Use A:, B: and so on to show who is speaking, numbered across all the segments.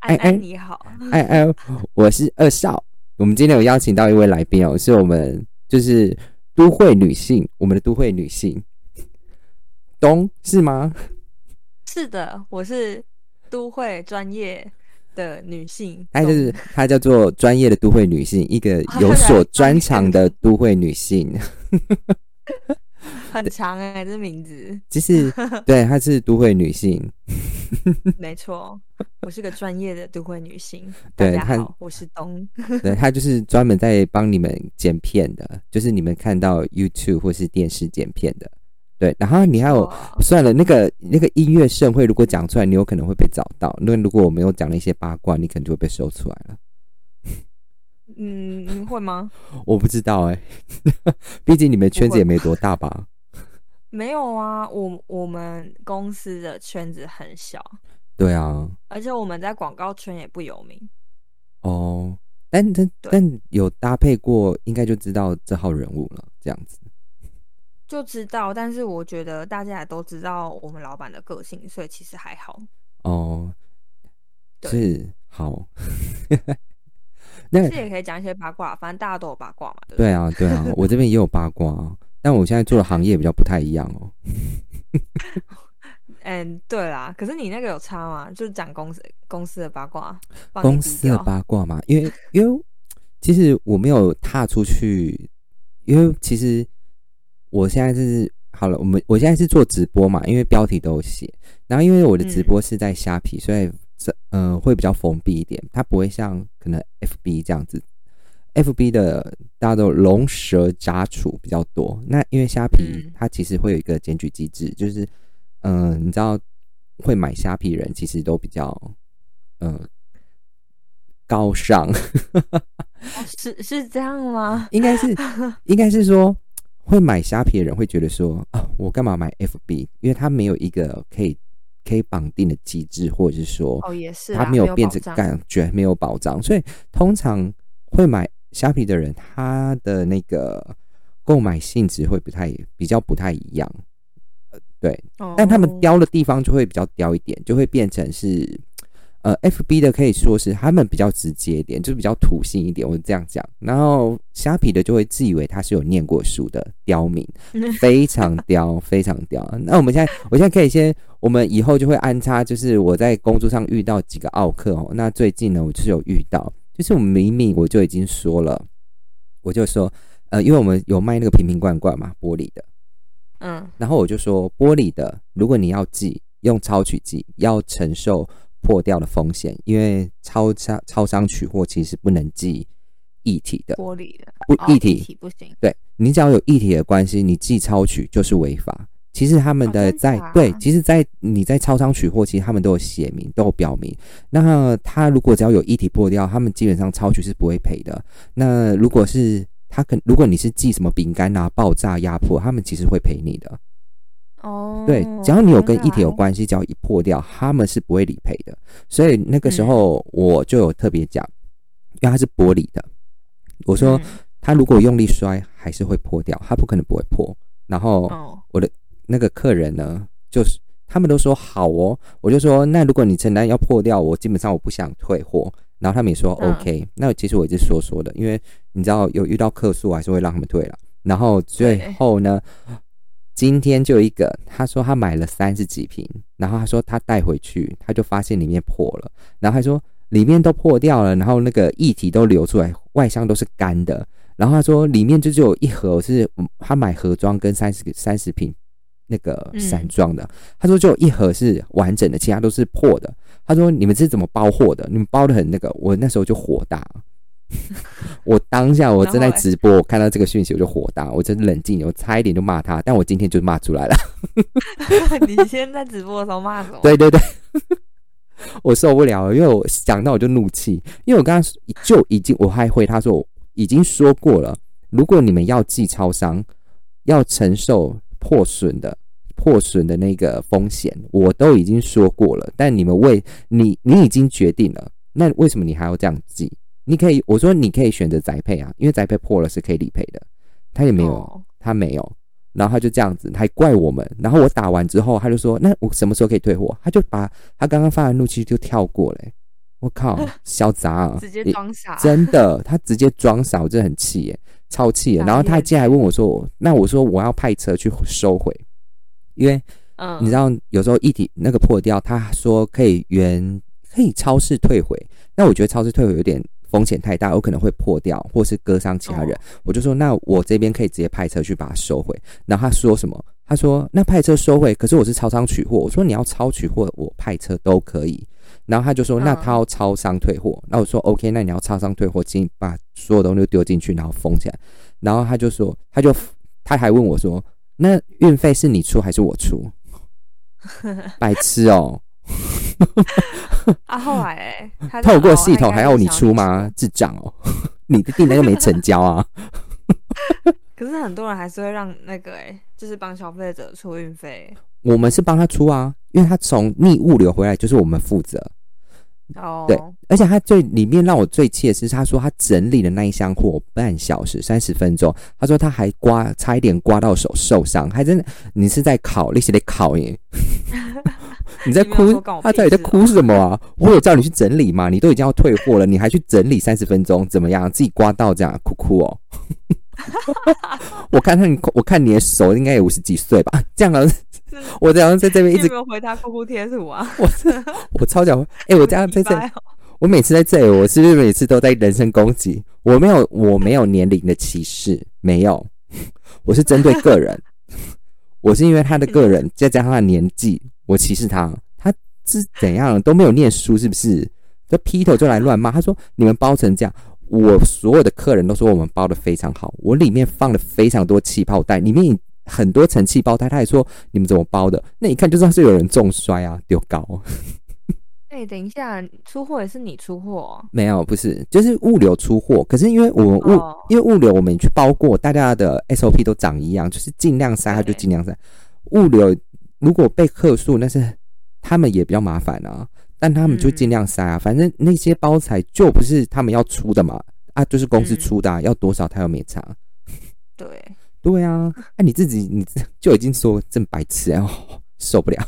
A: 安
B: 哎
A: 安你好，
B: 哎哎，我是二少。我们今天有邀请到一位来宾哦，是我们就是都会女性，我们的都会女性，懂是吗？
A: 是的，我是都会专业的女性，
B: 她就
A: 懂
B: 是她叫做专业的都会女性，一个有所哦专长的都会女性。，
A: 很长哎、这名字
B: 就是对，她是都会女 性。
A: 没错，我是个专业的都会女性。大
B: 对
A: 家
B: 她
A: 好，我是东，
B: 对，他就是专门在帮你们剪片的，就是你们看到 YouTube 或是电视剪片的。对，然后你还有
A: 哇
B: 算了，那个那个音乐盛会如果讲出来，你有可能会被找到。那如果我们有讲了一些八卦，你可能就会被搜出来了。
A: 嗯，你会吗？
B: 我不知道哎、 毕竟你们圈
A: 不
B: 子
A: 会
B: 也没多大吧？
A: 没有啊，我我们公司的圈子很小，
B: 对啊，
A: 而且我们在广告圈也不有名。
B: 哦，但但
A: 对
B: 但有搭配过，应该就知道这号人物了。这样子，
A: 就知道，但是我觉得大家也都知道我们老板的个性，所以其实还好。
B: 哦，
A: 对
B: 是好。 那
A: 这也可以讲一些八卦，反正大家都有八卦嘛。对不对
B: 对啊，对啊，我这边也有八卦啊，但我现在做的行业比较不太一样哦。
A: 嗯，对啦。可是你那个有差吗？就是讲公司公司的八卦，帮你
B: 公
A: 逼
B: 司的
A: 掉
B: 八卦嘛，因为因为其实我没有踏出去，因为其实我现在是好了，我们我现在是做直播嘛，因为标题都有写，然后因为我的
A: 嗯
B: 直播是在虾皮，所以这呃会比较封闭一点，它不会像可能 FB 这样子。FB 的大家都龙蛇杂处比较多，那因为虾皮
A: 嗯
B: 它其实会有一个检举机制，就是嗯、呃你知道会买虾皮人其实都比较嗯、呃高尚，
A: 哦是是这样吗？
B: 应该是应该是说会买虾皮的人会觉得说啊，我干嘛买 FB？因为它没有一个可以可以绑定的机制，或者是说
A: 哦，也是
B: 它
A: 啦，
B: 没
A: 有
B: 有变
A: 保
B: 成
A: 障
B: 感觉没有保障，所以通常会买虾皮的人，他的那个购买性质会不太比较不太一样。
A: 哦
B: 但他们雕的地方就会比较雕一点，就会变成是，呃，FB 的可以说是他们比较直接一点，就比较土性一点，我这样讲。然后虾皮的就会自以为他是有念过书的刁民，非常刁，非常刁。那我们现在，我现在可以先，我们以后就会安插，就是我在工作上遇到几个奥克哦。那最近呢，我就是有遇到，就是我明明我就已经说了，我就说，呃，因为我们有卖那个瓶瓶罐罐嘛，玻璃的。
A: 嗯，
B: 然后我就说，玻璃的，如果你要寄，用超取寄，要承受破掉的风险，因为超商超商取货其实不能寄液体的，
A: 玻璃的
B: 不
A: 哦
B: 液
A: 体
B: 体，
A: 不行。
B: 对你只要有液体的关系，你寄超取就是违法。其实他们
A: 哦
B: 的
A: 真的
B: 在、
A: 啊
B: 对，其实在，你在超商取货，其实他们都有写明，都有标明。那他如果只要有液体破掉，他们基本上超取是不会赔的。那如果是他可，如果你是寄什么饼干啊、爆炸、压迫，他们其实会赔你
A: 啊
B: 的。
A: 哦，
B: 对，只要你有跟
A: 原
B: 议题有
A: 来，
B: 关系，只要一破掉，他们是不会理赔的。所以那个时候我就有特别讲，因为它是玻璃的，我
A: 我
B: 说它如果用力摔还是会破掉，它不可能不会破。然后
A: 哦，
B: 那个客人呢，就是他们都说好哦，我就说那如果你承担要破掉，我基本上我不想退货。然后他们也说
A: 嗯
B: OK，、那其实我也是说说的，因为你知道有遇到客诉，我还是会让他们退了。然后最
A: 对
B: 后呢，今天就有一个他说他买了三十几瓶，然后他说他带回去，他就发现里面破了，然后他说里面都破掉了，然后那个液体都流出来，外箱都是干的。然后他说里面就只有一盒是嗯他买盒装跟三十三十瓶那个
A: 嗯
B: 散装的，他说就有一盒是完整的，其他都是破的。他说你们是怎么包货的？你们包的很那个，我那时候就火大。 我当下我正在
A: 然后嘞
B: 直播，我看到这个讯息我就火大，我真冷静，我差一点就骂他，但我今天就骂出来了。
A: 你现在直播的时候骂什么？
B: 对对 对，我受不了了，因为我想到我就怒气，因为我刚刚就已经我还回他说我已经说过了，如果你们要寄超商，要承受破损的破损的那个风险，我都已经说过了，但你们为你你已经决定了，那为什么你还要这样寄？你可以我说你可以选择宅配啊，因为宅配破了是可以理赔的，他也没有，
A: 哦，
B: 他没有。然后他就这样子，还怪我们。然后我打完之后，他就说：“那我什么时候可以退货？”他就把他刚刚发的怒气就跳过嘞、我靠，潇洒、啊
A: 直接
B: 你
A: 装傻，
B: 真的，他直接装傻，我真的很气耶，超气耶。
A: 傻
B: 然后他
A: 眼
B: 竟然还问我说：“那我说我要派车去收回，因为
A: 嗯，
B: 你知道有时候一体那个破掉，他说可以原可以超市退回，那我觉得超市退回有点风险太大，有可能会破掉或是割伤其他人。
A: 哦
B: 我就说那我这边可以直接派车去把它收回。然后他说什么？他说那派车收回，可是我是超商取货。我说你要超取货，我派车都可以。然后他就说：“那
A: 嗯
B: 他要超商退货。那我说：“OK，那你要超商退货，请你把所有东西都丢进去，然后封起来。”然后他就说：“他就他还问我说：‘那运费是你出还是我出？’白痴哦、
A: 啊，后来欸他就
B: 透过
A: 哦
B: 系统
A: 他
B: 还
A: 应该
B: 要
A: 是
B: 你
A: 想
B: 出吗？智障哦、 你的订单又没成交啊！
A: 可是很多人还是会让那个哎、就是帮消费者出运费
B: 我们是帮他出啊，因为他从逆物流回来就是我们负责。
A: 哦。
B: 对而且他最里面让我最气的是，他说他整理的那一箱货半小时三十分钟，他说他还刮差一点刮到手受伤，还真的你是在考，你是在考耶？ 你在
A: 你没有
B: 哭
A: 说关我？
B: 他
A: 屁
B: 到底在
A: 事
B: 哭什么啊？我有叫你去整理吗？你都已经要退货了，你还去整理三十分钟，怎么样？自己刮到这样，哭哭哦。 我看他，你我看你的手应该也五十几岁吧？这样好像，我这样在这边
A: 你
B: 一
A: 有
B: 直，
A: 没有回他哭哭贴图啊？
B: 我这我超想，哎、我 这样在这
A: 很鸡掰哦
B: 我每次在这里，我是不是每次都在人身攻击？我没有，我没有年龄的歧视，没有， 我是针对个人， 我是因为他的个人，再加上他的年纪，我歧视他。他是怎样都没有念书，是不是？这劈头就来乱骂，他说你们包成这样。我所有的客人都说我们包的非常好，我里面放了非常多气泡袋，里面很多层气泡袋。他还说你们怎么包的？那一看就知道是有人重摔啊，丢高。
A: 哎、等一下，出货也是你出货哦、
B: 没有，不是，就是物流出货。可是因为我们物，
A: 哦
B: 因为物流我们去包过，大家的 SOP 都长一样，就是尽量塞它就
A: 对
B: 尽量塞。物流如果被客诉，那是他们也比较麻烦啊，但他们就
A: 嗯
B: 尽量塞啊。反正那些包材就不是他们要出的嘛，啊，就是公司
A: 嗯
B: 出的、啊，要多少他又没差。
A: 对，
B: 对啊，啊你自己你就已经说真白痴啊、哦，受不了。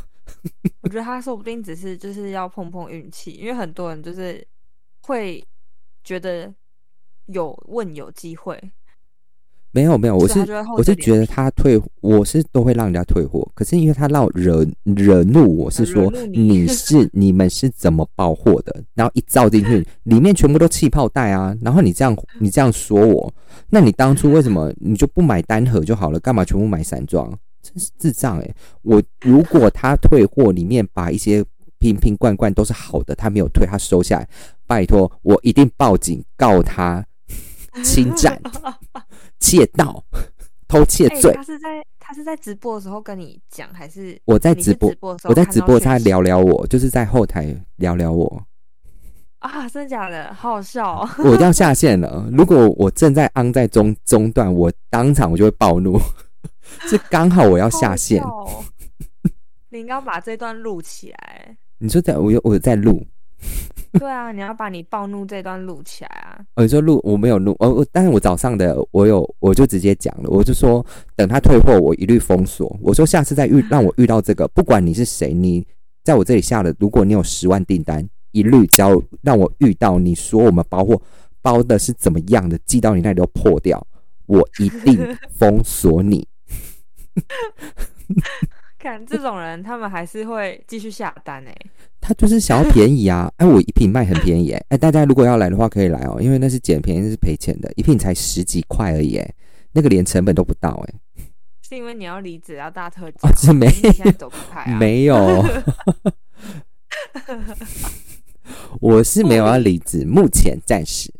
A: 我觉得他说不定只是就是要碰碰运气，因为很多人就是会觉得有问有机会，
B: 没有没有，我
A: 所
B: 是
A: 以他就会厚
B: 我
A: 着
B: 是
A: 脸
B: 觉得
A: 皮
B: 他退，我是都会让人家退货。可是因为他让我惹惹怒我，是说
A: 啊惹怒你
B: 你是你们是怎么爆货的？然后一照进去，里面全部都气泡袋啊！然后你这样你这样说我，那你当初为什么你就不买单盒就好了？干嘛全部买散装？真是智障诶、欸我如果他退货里面把一些瓶瓶罐罐都是好的，他没有退，他收下来，拜托我一定报警告他侵 占、窃盗、偷窃
A: 哎、
B: 罪。
A: 他是在他是在直播的时候跟你讲，还是
B: 我在
A: 你
B: 直
A: 是
B: 播
A: 直，播的时候
B: 我在
A: 看
B: 直
A: 到
B: 播，
A: 讯
B: 他
A: 息
B: 聊聊我，就是在后台聊聊我。
A: 啊？真的假的？好好笑哦！
B: 我要下线了。如果我正在昂在中中段，我当场我就会暴怒。 是刚好我要
A: 好
B: 下
A: 好
B: 线
A: 笑，哦 你应该把这段录起来。
B: 你说在我有我在录，
A: 对啊，你要把你暴怒这段录起来啊。
B: 哦，你说录我没有录，哦，我但是我早上的我有我就直接讲了，我就说等他退货我一律封锁，我说下次再遇让我遇到这个，不管你是谁，你在我这里下了，如果你有十万订单，一律只要让我遇到你说我们包货包的是怎么样的，寄到你那里都破掉，我一定封锁你。
A: 看这种人，他们还是会继续下单哎、
B: 他就是想要便宜啊！哎，我一瓶卖很便宜、哎，大家如果要来的话可以来哦，因为那是捡便宜，那是赔钱的，一瓶才十几块而已、哎，那个连成本都不到、哎。
A: 是因为你要离职要大特价
B: 哦
A: 吗，
B: 这没
A: 还是你现在 走不开啊？
B: 没有，我是没有要离职，目前暂时。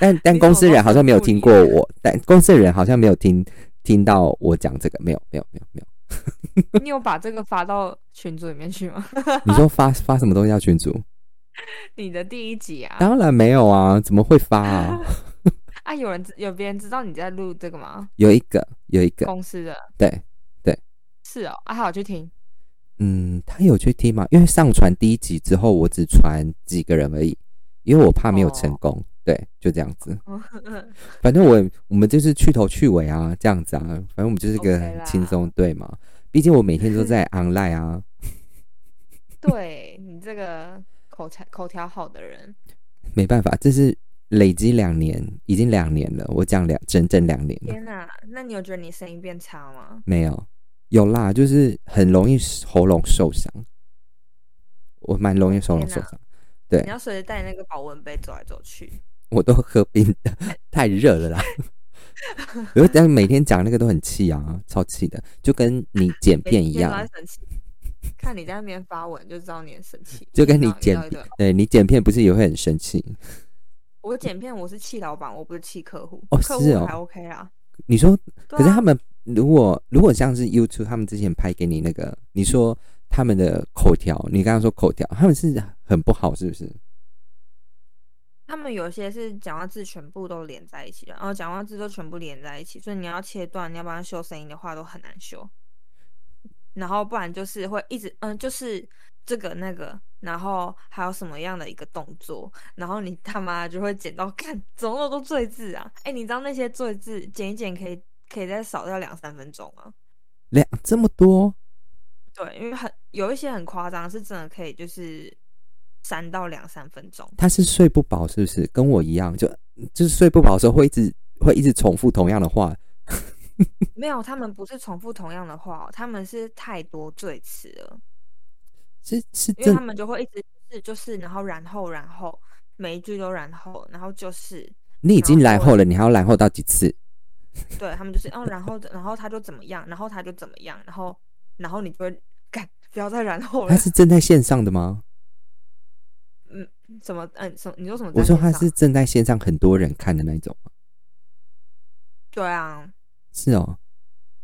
B: 但但
A: 你怎
B: 公
A: 么
B: 司人好像没有听过
A: 都是
B: 我，但公司人好像没有听听到我讲这个，没有没有没有没有。
A: 你有把这个发到群组里面去吗？
B: 你说发发什么东西要群主？
A: 你的第一集啊，
B: 当然没有啊，怎么会 发啊？
A: 啊，有人知有别人知道你在录这个吗？
B: 有一个有一个，
A: 公司的
B: 对，
A: 是哦，啊，好去听，
B: 嗯，他有去听吗？因为上传第一集之后，我只传几个人而已，因为我怕没有成功。对，就这样子。反正我我们就是去头去尾啊，这样子啊，反正我们就是个
A: OK
B: 很
A: 啦
B: 轻松对嘛。毕竟我每天 都在 online 啊，
A: 对你这个口才口条好的人，
B: 没办法，这是累积两年，已经两年了，我讲两整整两年了，
A: 天哪！那你有觉得你声音变差吗？
B: 没有有啦，就是很容易喉咙受伤，我蛮容易喉咙
A: 哦天
B: 受
A: 哪
B: 伤，对
A: 你要随时带那个保温杯走来走去。
B: 我都喝冰 的，太热了啦。然后但每天讲那个都很气啊，超气的，就跟你剪
A: 每
B: 片一
A: 天 都
B: 样
A: 在，生气。看你在那边发文，就知道你很生气。
B: 就跟你
A: 然后遇
B: 剪
A: 到一堆
B: 对你剪片不是也会很生气？
A: 我剪片，我是气老板，我不是气客户。
B: 哦
A: 客
B: 是
A: 户
B: 哦
A: 还 OK 啊啦。
B: 你说
A: 对
B: 可是
A: 啊
B: 他们如果如果像是 YouTube，他们之前拍给你那个，你说他们的口条，你刚刚说口条，他们是很不好，是不是？
A: 他们有些是讲话字全部都连在一起，然后讲话字都全部连在一起，所以你要切断，你要帮他修声音的话都很难修。然后不然就是会一直嗯，就是这个那个，然后还有什么样的一个动作，然后你他妈就会剪到 看怎么那么多赘字啊！哎，你知道那些赘字剪一剪可以可以再少掉两三分钟啊？
B: 两这么多，
A: 对，因为很有一些很夸张，是真的可以就是删到两三分钟。
B: 他是睡不饱，是不是？跟我一样，就就是睡不饱的时候会一直会一直重复同样的话，
A: 没有，他们不是重复同样的话、哦，他们是太多赘词了，
B: 是是
A: 因为
B: 真
A: 他们就会一直就是就是，然后然后然后每一句都然后，然后就是，
B: 你已经
A: 然
B: 然
A: 后
B: 后了，你还要然后到几次？
A: 对他们就是哦，然后然后他就怎么样，然后他就怎么样，然后然后你就会干，不要再然后了
B: 他，是正在线上的吗？
A: 嗯，什么嗯什么，你说什么在
B: 我
A: 线
B: 说
A: 上？
B: 他是正在线上很多人看的那种吗
A: 对啊，
B: 是哦，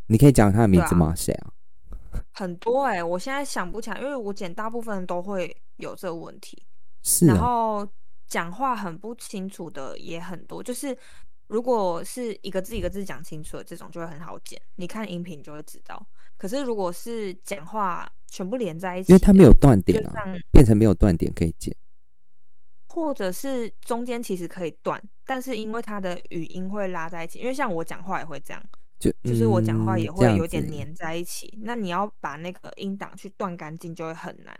B: 你可以讲他的名字
A: 对啊
B: 吗？谁啊？
A: 很多哎、我现在想不起来，因为我剪大部分都会有这个问题，
B: 是
A: 然
B: 哦，
A: 后讲话很不清楚的也很多，就是如果是一个字一个字讲清楚的这种就会很好剪，你看音频就会知道。可是如果是讲话全部连在一起的，
B: 因为他没有断点
A: 就
B: 啊，
A: 像
B: 变成没有断点可以剪。
A: 或者是中间其实可以断，但是因为它的语音会拉在一起，因为像我讲话也会这样，
B: 就
A: 就是我讲话
B: 嗯
A: 也
B: 这
A: 会
B: 样
A: 有点
B: 子
A: 粘在一起，那你要把那个音档去断干净就会很难。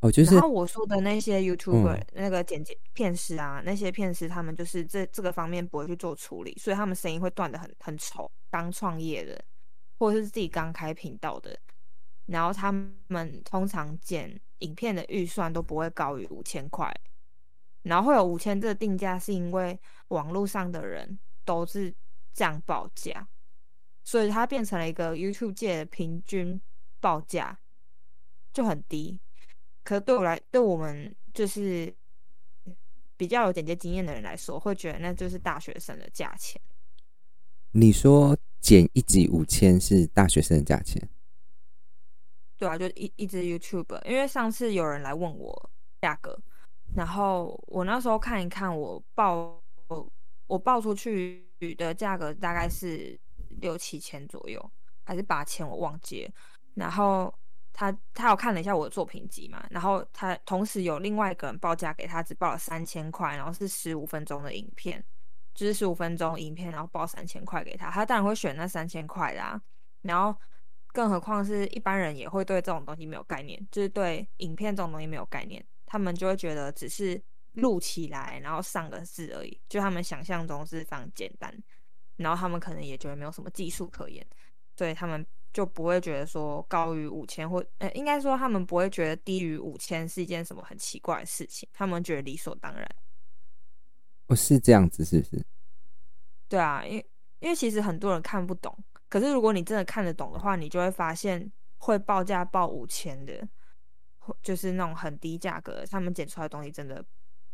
B: 哦，就是
A: 然后我说的那些 YouTuber、
B: 嗯
A: 那个剪辑片师啊，那些片师他们就是这这个方面不会去做处理，所以他们声音会断的很很丑。刚创业的，或者是自己刚开频道的，然后他们通常剪影片的预算都不会高于五千块，然后会有五千这个定价，是因为网络上的人都是这样报价，所以它变成了一个 YouTube 界的平均报价就很低。可对我来，对我们就是比较有剪接经验的人来说，会觉得那就是大学生的价钱。
B: 你说减一集五千是大学生的价钱，
A: 对啊，就一一直 YouTube，因为上次有人来问我价格，然后我那时候看一看，我报我报出去的价格大概是六七千左右，还是八千，我忘记了。然后他他有看了一下我的作品集嘛，然后他同时有另外一个人报价给他，只报了三千块，然后是十五分钟的影片，就是十五分钟影片，然后报三千块给他，他当然会选那三千块的啊。然后，更何况是一般人也会对这种东西没有概念，就是对影片这种东西没有概念，他们就会觉得只是录起来，然后上个字而已，就他们想象中是非常简单，然后他们可能也觉得没有什么技术可言，所以他们就不会觉得说高于五千或呃，应该说他们不会觉得低于五千是一件什么很奇怪的事情，他们觉得理所当然。
B: 哦，是这样子，是不是？
A: 对啊，因为因为其实很多人看不懂，可是如果你真的看得懂的话，你就会发现会报价报五千的，或就是那种很低价格，他们剪出来的东西真的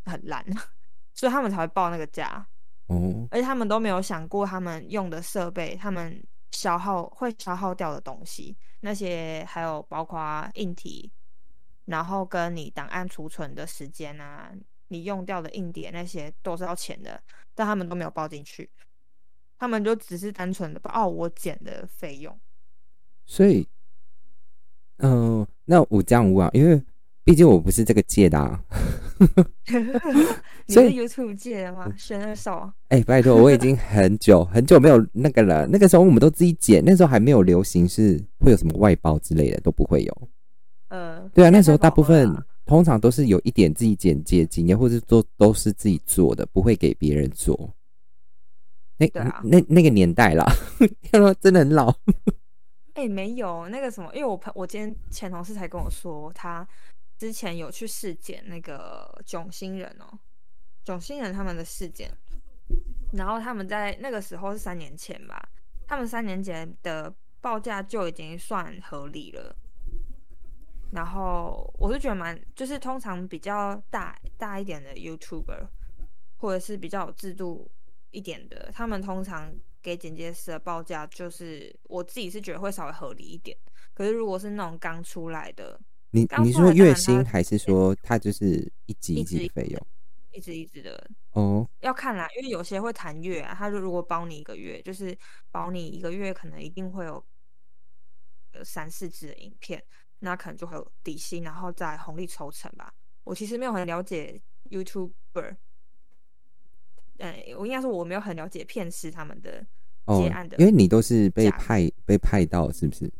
A: 很烂， 所以他们才会报那个价，
B: 哦，
A: 而且他们都没有想过他们用的设备，他们消耗会消耗掉的东西，那些还有包括硬体，然后跟你档案储存的时间啊，你用掉的硬碟那些都是要钱的，但他们都没有报进去。他们就只是单纯的报哦，我剪的费用。
B: 所以，嗯、那我这样问啊，因为毕竟我不是这个界的、啊。
A: 你
B: 所
A: 是
B: 以嗯
A: YouTube 界的吗？神二少，
B: 哎、拜托，我已经很久很久没有那个了。那个时候我们都自己剪，那时候还没有流行是会有什么外包之类的都不会有。
A: 呃，
B: 对啊，
A: 现在
B: 那时候
A: 太
B: 大
A: 饱
B: 部
A: 和
B: 分
A: 了
B: 通常都是有一点自己剪接经验，或者都都是自己做的，不会给别人做。那、
A: 对啊
B: 那那个年代啦， 要说真的很老。
A: 哎、没有那个什么，因为我朋我今天前同事才跟我说，他之前有去试剪那个囧星人哦，囧星人他们的试剪，然后他们在那个时候是三年前吧，他们三年前的报价就已经算合理了。然后我是觉得蛮，就是通常比较大大一点的 YouTuber，或者是比较有制度一点的，他们通常给剪接师的报价就是我自己是觉得会稍微合理一点。可是如果是那种刚出来的，啊
B: 你
A: 刚
B: 你
A: 出来
B: 说
A: 当
B: 月
A: 然
B: 薪
A: 它
B: 还是说它就是一集
A: 一
B: 一集
A: 集
B: 的费用？
A: 一直一直的
B: 哦，
A: 要看啦，因为有些会谈月啊，他就如果包你一个月，就是包你一个月，可能一定会有呃三四支的影片，那可能就会有底薪，然后再红利抽成吧。我其实没有很了解 YouTuber，嗯，我应该说我没有很了解片师他们的
B: 哦
A: 接案的，
B: 因为你都是
A: 价
B: 被
A: 格
B: 派被派到，是不是？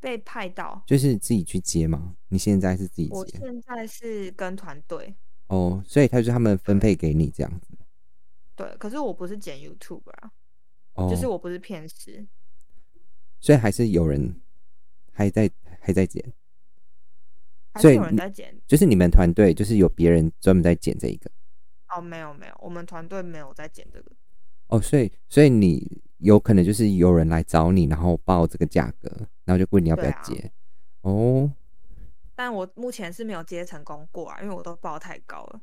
A: 被派到。
B: 就是自己去接吗？你现在是自己
A: 我
B: 接
A: 现在是跟团队，
B: 哦，所以他就是他们分配给你这样子
A: 对，可是我不是剪 YouTuber 啊，
B: 哦，
A: 就是我不是片师，
B: 所以还是有人还在还在剪，
A: 还
B: 所
A: 是
B: 以
A: 有人
B: 你
A: 在剪
B: 就是你们团队就是有别人专门在剪这一个
A: 哦，没有没有，我们团队没有在剪这个。
B: 哦，所以所以你有可能就是有人来找你，然后报这个价格，然后就问你要不要
A: 对啊
B: 接、哦，
A: 但我目前是没有接成功过啊，因为我都报太高了，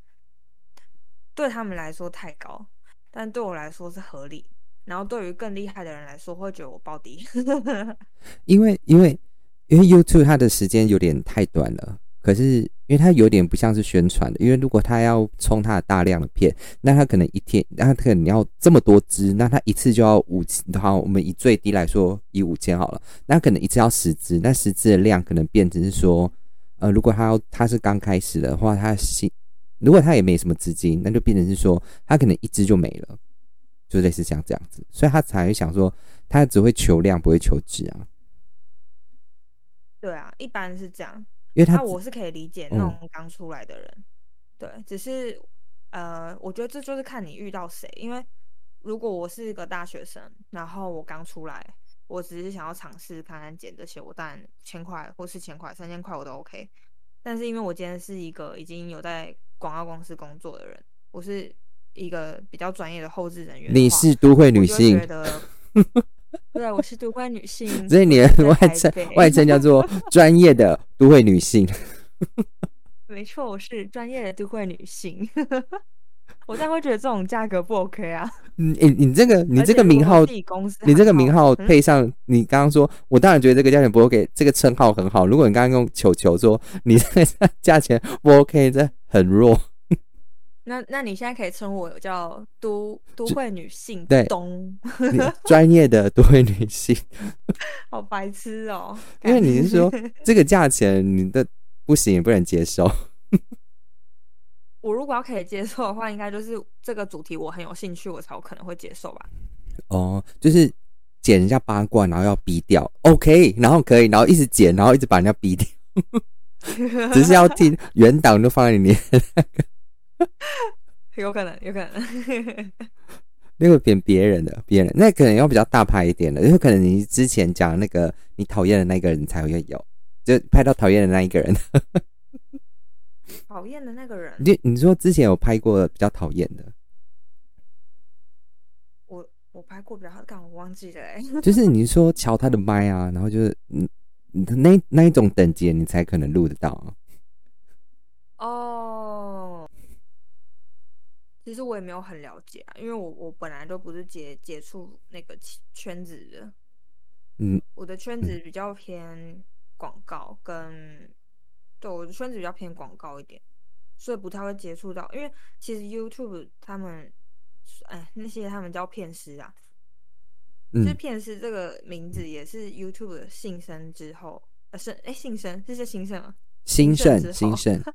A: 对他们来说太高，但对我来说是合理。然后对于更厉害的人来说，会觉得我报低。
B: 因为因为因为 YouTube 它的时间有点太短了，可是因为它有点不像是宣传的，因为如果它要冲它的大量的片，那它可能一天，那它可能要这么多支，那它一次就要五千，好，我们以最低来说以五千好了，那可能一次要十支，那十支的量可能变成是说，呃，如果它要它是刚开始的话，它新如果它也没什么资金，那就变成是说它可能一支就没了。就类似像这样子，所以他才会想说，他只会求量，不会求质啊。
A: 对啊，一般是这样。
B: 因为他
A: 那
B: 只嗯
A: 我是可以理解那种刚出来的人，对，只是呃，我觉得这就是看你遇到谁。因为如果我是一个大学生，然后我刚出来，我只是想要尝试看看剪这些，我当然千块或四千块、三千块我都 OK。但是因为我今天是一个已经有在广告公司工作的人，我是一个比较专业的后置人员的
B: 你
A: 话
B: 是都会
A: 我
B: 女
A: 就会
B: 性
A: 觉，得 对，我是独冠女性，
B: 所以你的
A: 在
B: 外
A: 台
B: 称
A: 北
B: 外称叫做专业的都会 女性。
A: 没错，我是专业的都会女性。 我但会觉得这种价格不 OK 啊！
B: 你你你这个你
A: 而
B: 这
A: 且
B: 个
A: 如
B: 名
A: 果
B: 号
A: 自，己公司
B: 你这
A: 行
B: 个名号
A: 嗯
B: 配上你刚刚说，我当然觉得这个价钱不 OK，这个称号很好。如果你刚刚用球球说你这个价钱不 OK，这很弱。
A: 那那你现在可以称我叫都都会女性
B: 对
A: 东，
B: 你专业的都会女性，
A: 好白痴哦！
B: 因为
A: 干
B: 你是说这个价钱你的不行，也不能接受。
A: 我如果要可以接受的话，应该就是这个主题我很有兴趣，我才有可能会接受吧。
B: 哦，就是剪人家八卦，然后要逼掉，OK，然后可以，然后一直剪，然后一直把人家逼掉， 只是要听原档就放在里面。
A: 有可能，有可能。
B: 那个扁别人的，别人那可能要比较大牌一点的，因为可能你之前讲那个你讨厌的那个人才会有，就拍到讨厌的那一个人。
A: 讨厌的那个人，
B: 你你说之前有拍过比较讨厌的，
A: 我我拍过比较好，干我忘记了、欸。
B: 就是你说瞧他的麦啊，然后就是嗯那那一种等级的你才可能录得到啊。
A: 哦，其实我也没有很了解啊，因为我我本来就不是接接触那个圈圈子的，
B: 嗯，
A: 我的圈子比较偏广告跟，对，我的圈子比较偏广告一点，所以不太会接触到，因为其实 YouTube 他们，哎，那些他们叫片师啊，就是
B: 嗯，
A: 片师这个名字也是 YouTube 的晋升之后，呃，是哎晋升，这是晋升吗？
B: 兴
A: 盛之后
B: 盛，兴盛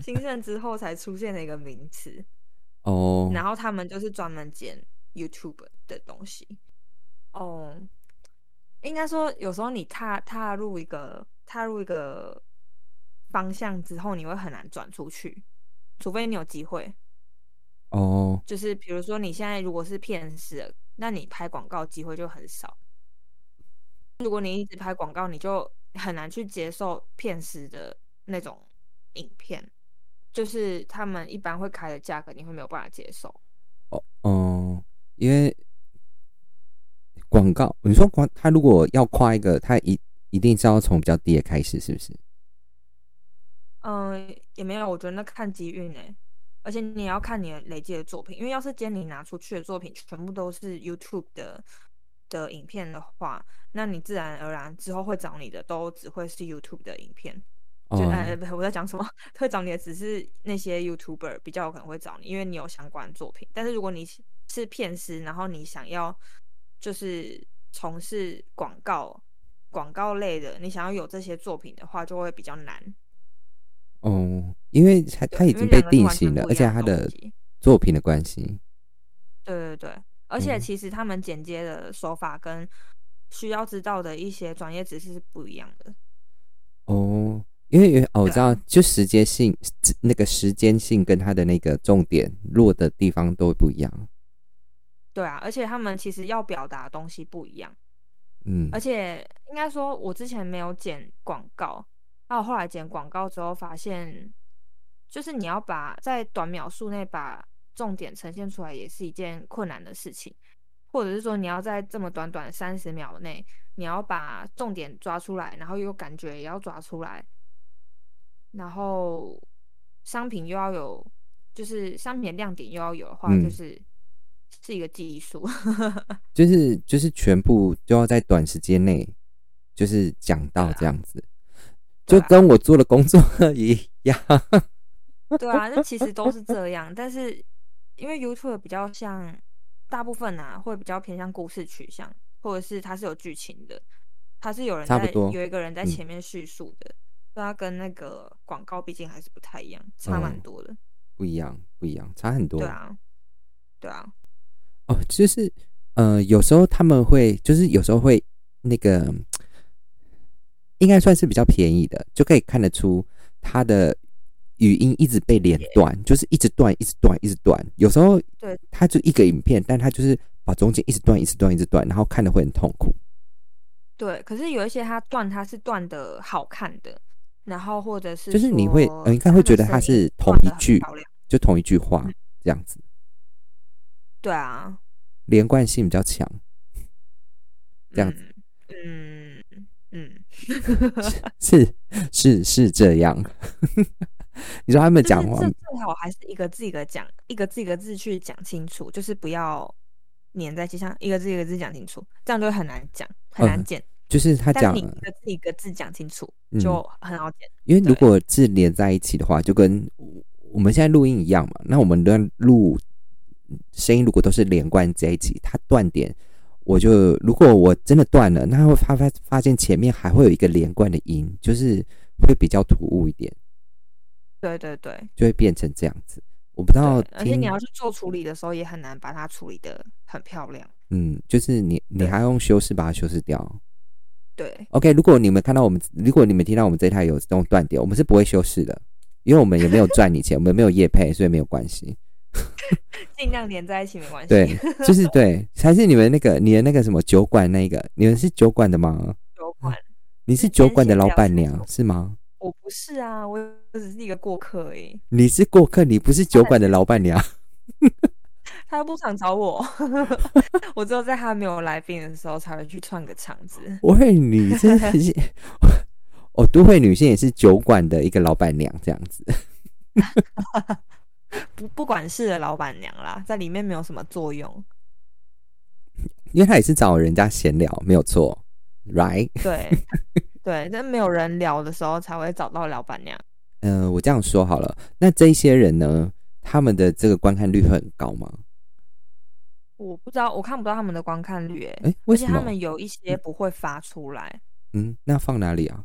A: 兴盛之后才出现的一个名词。
B: 哦，
A: 然后他们就是专门剪 YouTube 的东西。哦、应该说有时候你踏踏入一个踏入一个方向之后，你会很难转出去，除非你有机会。
B: 哦，
A: 就是比如说你现在如果是骗师，那你拍广告机会就很少。如果你一直拍广告，你就很难去接受骗师的那种影片，就是他们一般会开的价格，你会没有办法接受。
B: 哦，哦，因为广告，你说广，他如果要跨一个，他一一定是要从比较低的开始，是不是？
A: 嗯，也没有，我觉得那看机运呢，而且你也要看你的累积的作品，因为要是今天你拿出去的作品全部都是 YouTube 的的影片的话，那你自然而然之后会找你的都只会是 YouTube 的影片，就呃
B: 哦，
A: 不是我在讲什么， 会找你的只是那些 YouTuber 比较有可能会找你，因为你有相关作品。但是如果你是是片师，然后你想要就是从事广告广告类的，你想要有这些作品的话，就会比较难。
B: 哦，因为他
A: 对
B: 他已
A: 因为
B: 经被
A: 两个是
B: 定
A: 完全
B: 型了，
A: 不
B: 而
A: 一
B: 且
A: 样
B: 他
A: 东
B: 的
A: 西
B: 作品的关系，
A: 对对对，而且
B: 嗯
A: 其实他们剪接的手法跟需要知道的一些专业知识是不一样的。
B: 哦，因为哦，我
A: 对啊
B: 知道，就时间性，那个时间性跟他的那个重点落的地方都不一样，
A: 对啊，而且他们其实要表达的东西不一样，
B: 嗯
A: 而，且应该说，我之前没有剪广告，那我后来剪广告之后发现，就是你要把在短秒数内把重点呈现出来，也是一件困难的事情，或者是说你要在这么短短三十秒内，你要把重点抓出来，然后又感觉也要抓出来，然后商品又要有，就是商品的亮点又要有的话，就
B: 嗯
A: 是是一个技术。
B: 就是就是全部都要在短时间内，就是讲到
A: 对啊
B: 这样子，
A: 对
B: 就
A: 啊
B: 跟我做的工作 一样，
A: 对啊，那其实都是这样，但是因为 YouTube 比较像大部分啊，会比较偏向故事取向，或者是它是有剧情的，它是有人
B: 差不
A: 在
B: 多
A: 有一个人在
B: 嗯
A: 前面叙述的，对它跟那个广告毕竟还是不太一样，差蛮
B: 嗯
A: 多的。
B: 不一样，不一样，差很多
A: 对。啊，对啊，
B: 哦，就是呃，有时候他们会，就是有时候会那个，应该算是比较便宜的，就可以看得出他的语音一直被连断，就是一直断，一直断，一直断。有时候
A: 对，
B: 他就一个影片，但他就是把中间一直断，一直断，一直断，然后看的会很痛苦。
A: 对。可是有一些它断，它是断的好看的，然后或者是
B: 就是你会，
A: 说
B: 呃，应该会觉得
A: 它
B: 他
A: 的声音
B: 是同
A: 断
B: 一
A: 得很
B: 句，
A: 漂亮。
B: 就同一句话
A: 嗯
B: 这样子，
A: 对啊，
B: 连贯性比较强。这样
A: 子，嗯嗯。嗯
B: 是是是这样。 你说他们
A: 就是
B: 讲话
A: 这最好还是一个字一个讲，一个字一个字去讲清楚，就是不要粘在一起，像一个字一个字讲清楚，这样就会很难讲，很难
B: 嗯
A: 剪。
B: 就是他
A: 但
B: 讲
A: 你，一个字一个字讲清楚，
B: 嗯
A: 就很好剪。
B: 因为如
A: 对
B: 果是连在一起的话，就跟我们现在录音一样嘛。那我们的录声音如果都是连贯在一起，它断点，我就如果我真的断了，那会发发发现前面还会有一个连贯的音，就是会比较突兀一点，
A: 对对对
B: 就会变成这样子。我不知
A: 对
B: 道，，
A: 而且你要去做处理的时候，也很难把它处理的很漂亮。
B: 嗯，就是你你
A: 对
B: 还要用修饰把它修饰掉。啊
A: 对
B: OK，如果你们看到我们，如果你们听到我们这一台有这种断点，我们是不会修饰的，因为我们也没有赚你钱，我 们没有业配，所以没有关系。
A: 尽量粘在一起没关系。
B: 对，就是对，还是你们那个你的那个什么酒馆那个，你们是酒馆的吗？
A: 酒 馆，
B: 你是
A: 是
B: 酒馆的
A: 先
B: 老
A: 聊
B: 板
A: 清
B: 娘
A: 楚
B: 是吗？
A: 我不是啊，我只是一个过客而已，
B: 你是过客，你不是酒馆的老板 娘。
A: 他又不常找 我， 我只有在他没有来宾的时候才会去串个场子。
B: 我会你真的是 哦，都会女性也是酒馆的一个老板娘这样子。
A: 不不管是的老板娘啦，在里面没有什么作用。
B: 因为他也是找人家闲聊，没有错，right？
A: 对对，但没有人聊的时候才会找到老板娘。
B: 呃，我这样说好了，那这一些人呢，他们的这个观看率会很高吗？
A: 我不知道，我看不到他们的观看率、欸，
B: 哎、为
A: 而且
B: 什
A: 他
B: 么嗯
A: 们？有一些不会发出来，
B: 嗯，那放哪里啊？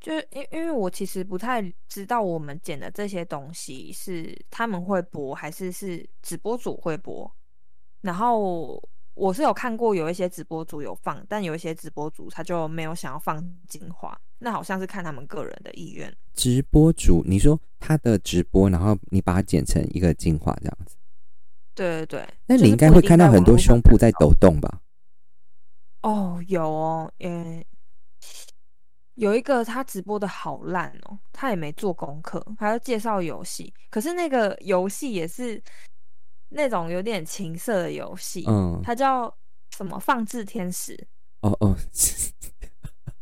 A: 就是因因为我其实不太知道我们剪的这些东西是他们会播还是是直播主会播，然后我是有看过有一些直播主有放，但有一些直播主他就没有想要放精华，那好像是看他们个人的意愿。
B: 直播主，你说他的直播，然后你把它剪成一个精华这样子，
A: 对对对，
B: 那
A: 就是
B: 你应该
A: 不
B: 会
A: 一定
B: 看到
A: 在
B: 很
A: 网
B: 多
A: 络上
B: 胸部
A: 看
B: 在
A: 到
B: 抖动吧？
A: 哦，有哦，嗯，有一个他直播的好烂哦，他也没做功课，还要介绍游戏，可是那个游戏也是那种有点情色的游戏，
B: 嗯，
A: 它叫什么放置天使，
B: 哦哦，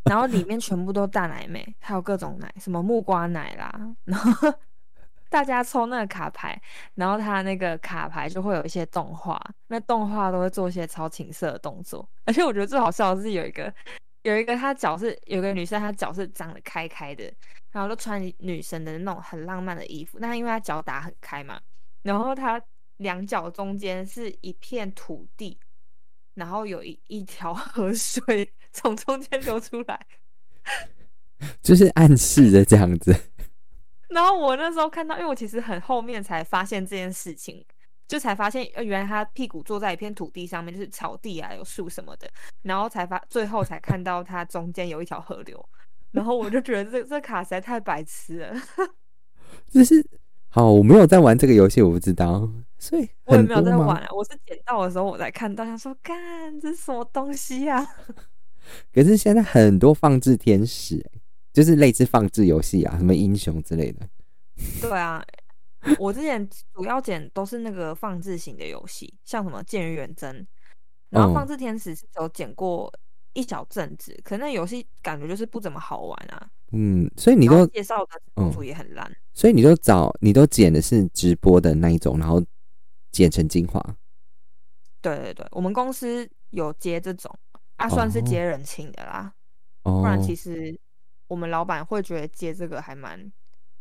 A: 然后里面全部都大奶妹，还有各种奶，什么木瓜奶啦，然后 大家抽那个卡牌，然后他那个卡牌就会有一些动画，那动画都会做一些超情色的动作， 而且我觉得最好笑的是有一个有一个她脚是有个女生，她脚是长得开开的，然后就穿女生的那种很浪漫的衣服，那因为她脚打很开嘛，然后她两脚中间是一片土地，然后有一一条 河水从中间流出来。
B: 就是 暗示的这样子。
A: 然后我那时候看到，因为我其实很后面才发现这件事情，就才发现呃，原来他屁股坐在一片土地上面，就是草地啊，有树什么的，然后才发，最后才看到它中间有一条河流，然后我就觉得这这卡实在太白痴了，
B: 就是好，我没有在玩这个游戏，我不知道，所以
A: 我也
B: 很
A: 没有
B: 多
A: 在玩
B: 吗？
A: 啊，我是捡到的时候我才看到，想说干这是什么东西啊？
B: 可是现在很多放置天使、就是类似放置游戏啊，什么英雄之类的。
A: 对啊，我之前主要捡都是那个放置型的游戏，像什么《剑与远征》，然后
B: 嗯
A: 放置天使是有捡过一小阵子，可那游戏感觉就是不怎么好玩啊。
B: 嗯，所以你
A: 然后
B: 都，
A: 介绍的
B: 嗯
A: 主也很烂，
B: 所以你都找，你都剪的是直播的那一种，然后剪成精华。
A: 对对对，我们公司有接这种，啊，
B: 哦
A: 算是接人情的啦，
B: 哦
A: 不，然其实我们老板会觉得接这个还蛮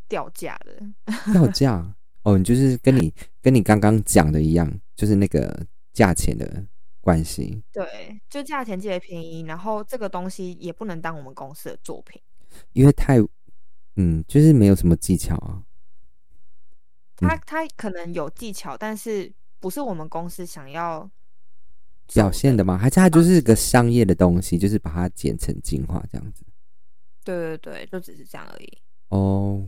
A: 掉价的。
B: 要价哦，你就是跟你 跟你刚刚讲的一样，就是那个价钱的关系。
A: 对，就价钱借便宜，然后这个东西也不能当我们公司的作品。
B: 因为太，嗯，就是没有什么技巧啊。
A: 他
B: 嗯
A: 他可能有技巧，但是不是我们公司想要
B: 表
A: 走
B: 现的吗？还是它就是个商业的东西，就是把它剪成精华这样子？
A: 对对对，就只是这样而已。
B: 哦，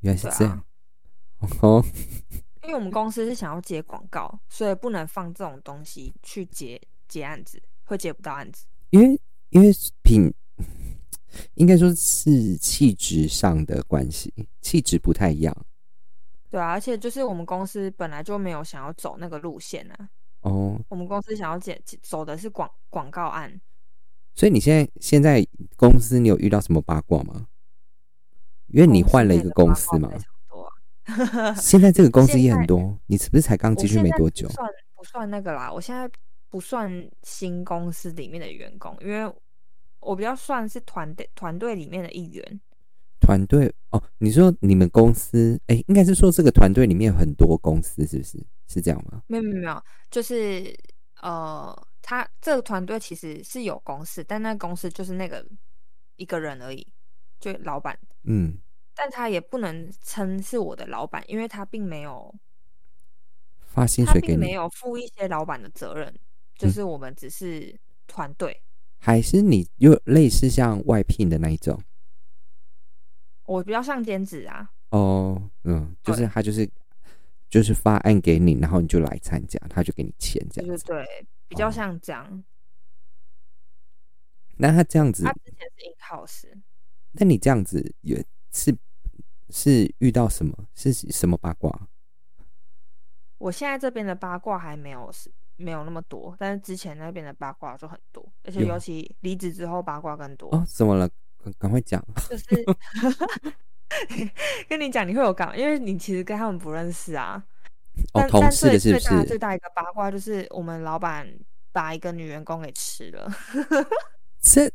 B: 原来是
A: 对
B: 这
A: 啊
B: 样。，哦，
A: 因为我们公司是想要接广告，所以不能放这种东西去接接案子，会接不到案子。
B: 因为因为品，应该说是气质上的关系，气质不太一样。
A: 对啊，而且就是我们公司本来就没有想要走那个路线啊，
B: 哦，
A: 我们公司想要接走的是广广告案。
B: 所以你现在现在公司你有遇到什么八卦吗？因为你
A: 公司
B: 换了一
A: 内哦
B: 个
A: 的
B: 公
A: 八
B: 司
A: 卦
B: 嘛
A: 非，常多啊
B: 现在这个公司
A: 现
B: 也很
A: 在
B: 多，你是不是才刚
A: 我
B: 进去
A: 现
B: 没
A: 在
B: 多
A: 不
B: 久？
A: 算不算那个啦，我现在不算新公司里面的员工，因为我比较算是团队团队里面的一员。
B: 团队哦，你说你们公司，哎，应该是说这个团队里面有很多公司，是不是？是这样吗？
A: 没有没有没有，就是呃，他这个团队其实是有公司，但那公司就是那个一个人而已，就老板，
B: 嗯，
A: 但他也不能称是我的老板，因为他并没有
B: 发薪
A: 他
B: 水给
A: 并没
B: 你，嗯
A: 有负一些老板的责任，就是我们只是团队。
B: 还是你又类似像外聘的那一种？
A: 我比较像兼职啊，
B: 哦，嗯，就
A: 对
B: 是他就是就是发案给你，然后你就来参加，他就给你钱这
A: 对
B: 样
A: 对
B: 子。
A: 对，比较
B: 哦
A: 像这样。
B: 那他这样子
A: 他，之前是 in house，
B: 那你这样子也是是遇到什么？是什么八卦？
A: 我现在这边的八卦还没有是没有那么多，但是之前那边的八卦就很多，而且
B: 有
A: 尤其离职之后八卦更多，
B: 哦，怎么了？赶赶快讲。
A: 就是 跟你讲你会有感，因为你其实跟他们不认识啊。
B: 哦，
A: 但
B: 同
A: 但
B: 事
A: 最
B: 的是不
A: 最大最
B: 是？
A: 大一个八卦就是我们老板把一个女员工给吃了，
B: 这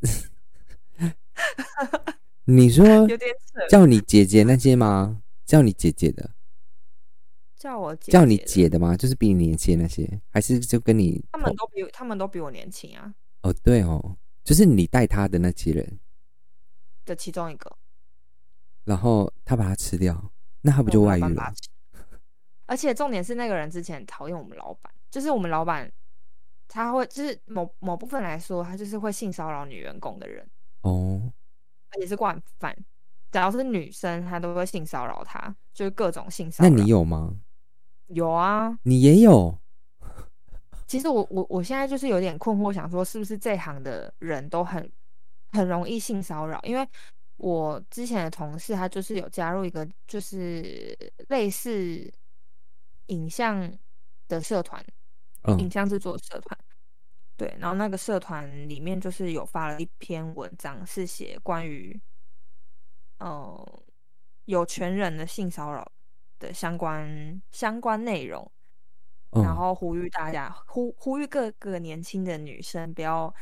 B: 你 说
A: 有点扯。
B: 叫你姐姐那些吗？叫你姐姐的，
A: 叫我姐姐的，
B: 叫你姐的吗？就是比你年轻的那些，还是就跟你
A: 他们
B: 同？
A: 都比他们都比我年轻啊
B: 哦，对哦，就是你带他的那些人。
A: 的其中一个。
B: 然后他把它吃掉，那他不就
A: 我没
B: 外
A: 有办
B: 遇了
A: 法？而且重点是那个人之前很讨厌我们老板，就是我们老板他会就是某某部分来说，他就是会性骚扰女员工的人，
B: 哦，
A: 而且是惯犯。只要是女生，他都会性骚扰她，就是各种性骚
B: 那
A: 扰。
B: 你有吗？
A: 有啊？
B: 你也有
A: 其实我我我现在就是有点困惑，想说是不是这行的人都很很容易性骚扰？因为我之前的同事他就是有加入一个就是类似影像的社团，影
B: 嗯
A: 像制作社团。对，然后那个社团里面就是有发了一篇文章，是写关于，呃，有权人的性骚扰的相关相关内容，
B: 嗯，
A: 然后呼吁大家呼呼吁各个年轻的女生不要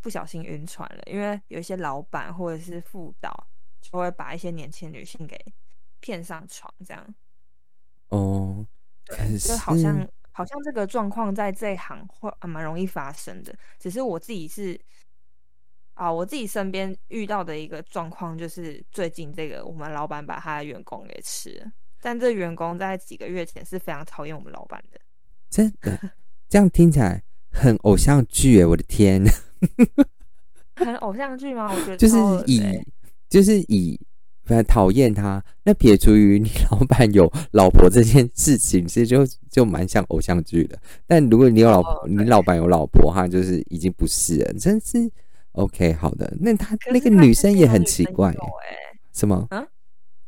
A: 不小心晕船了，因为有一些老板或者是副导就会把一些年轻女性给骗上床，这样
B: 哦，可
A: 就是好
B: 嗯
A: 像好像这个状况在这一行会还蛮容易发生的。只是我自己是啊，我自己身边遇到的一个状况就是最近这个我们老板把他的员工给吃了，但这员工在几个月前是非常讨厌我们老板的。
B: 真的这样听起来很偶像剧诶，我的 天，
A: 很偶像剧吗？我觉得
B: 就是
A: 超恶的
B: 以
A: 欸
B: 就是以反正讨厌他，那撇除于你老板有老婆这件事情，其实就就蛮像偶像剧的。但如果你有老
A: 哦
B: 你老板有老婆哈，就是已经不是了，真是 OK 好的。那他
A: 可
B: 那
A: 是
B: 个
A: 他
B: 女
A: 之前
B: 生也
A: 有
B: 很
A: 女
B: 奇
A: 朋
B: 怪
A: 友
B: 欸，
A: 欸
B: 什么？
A: 啊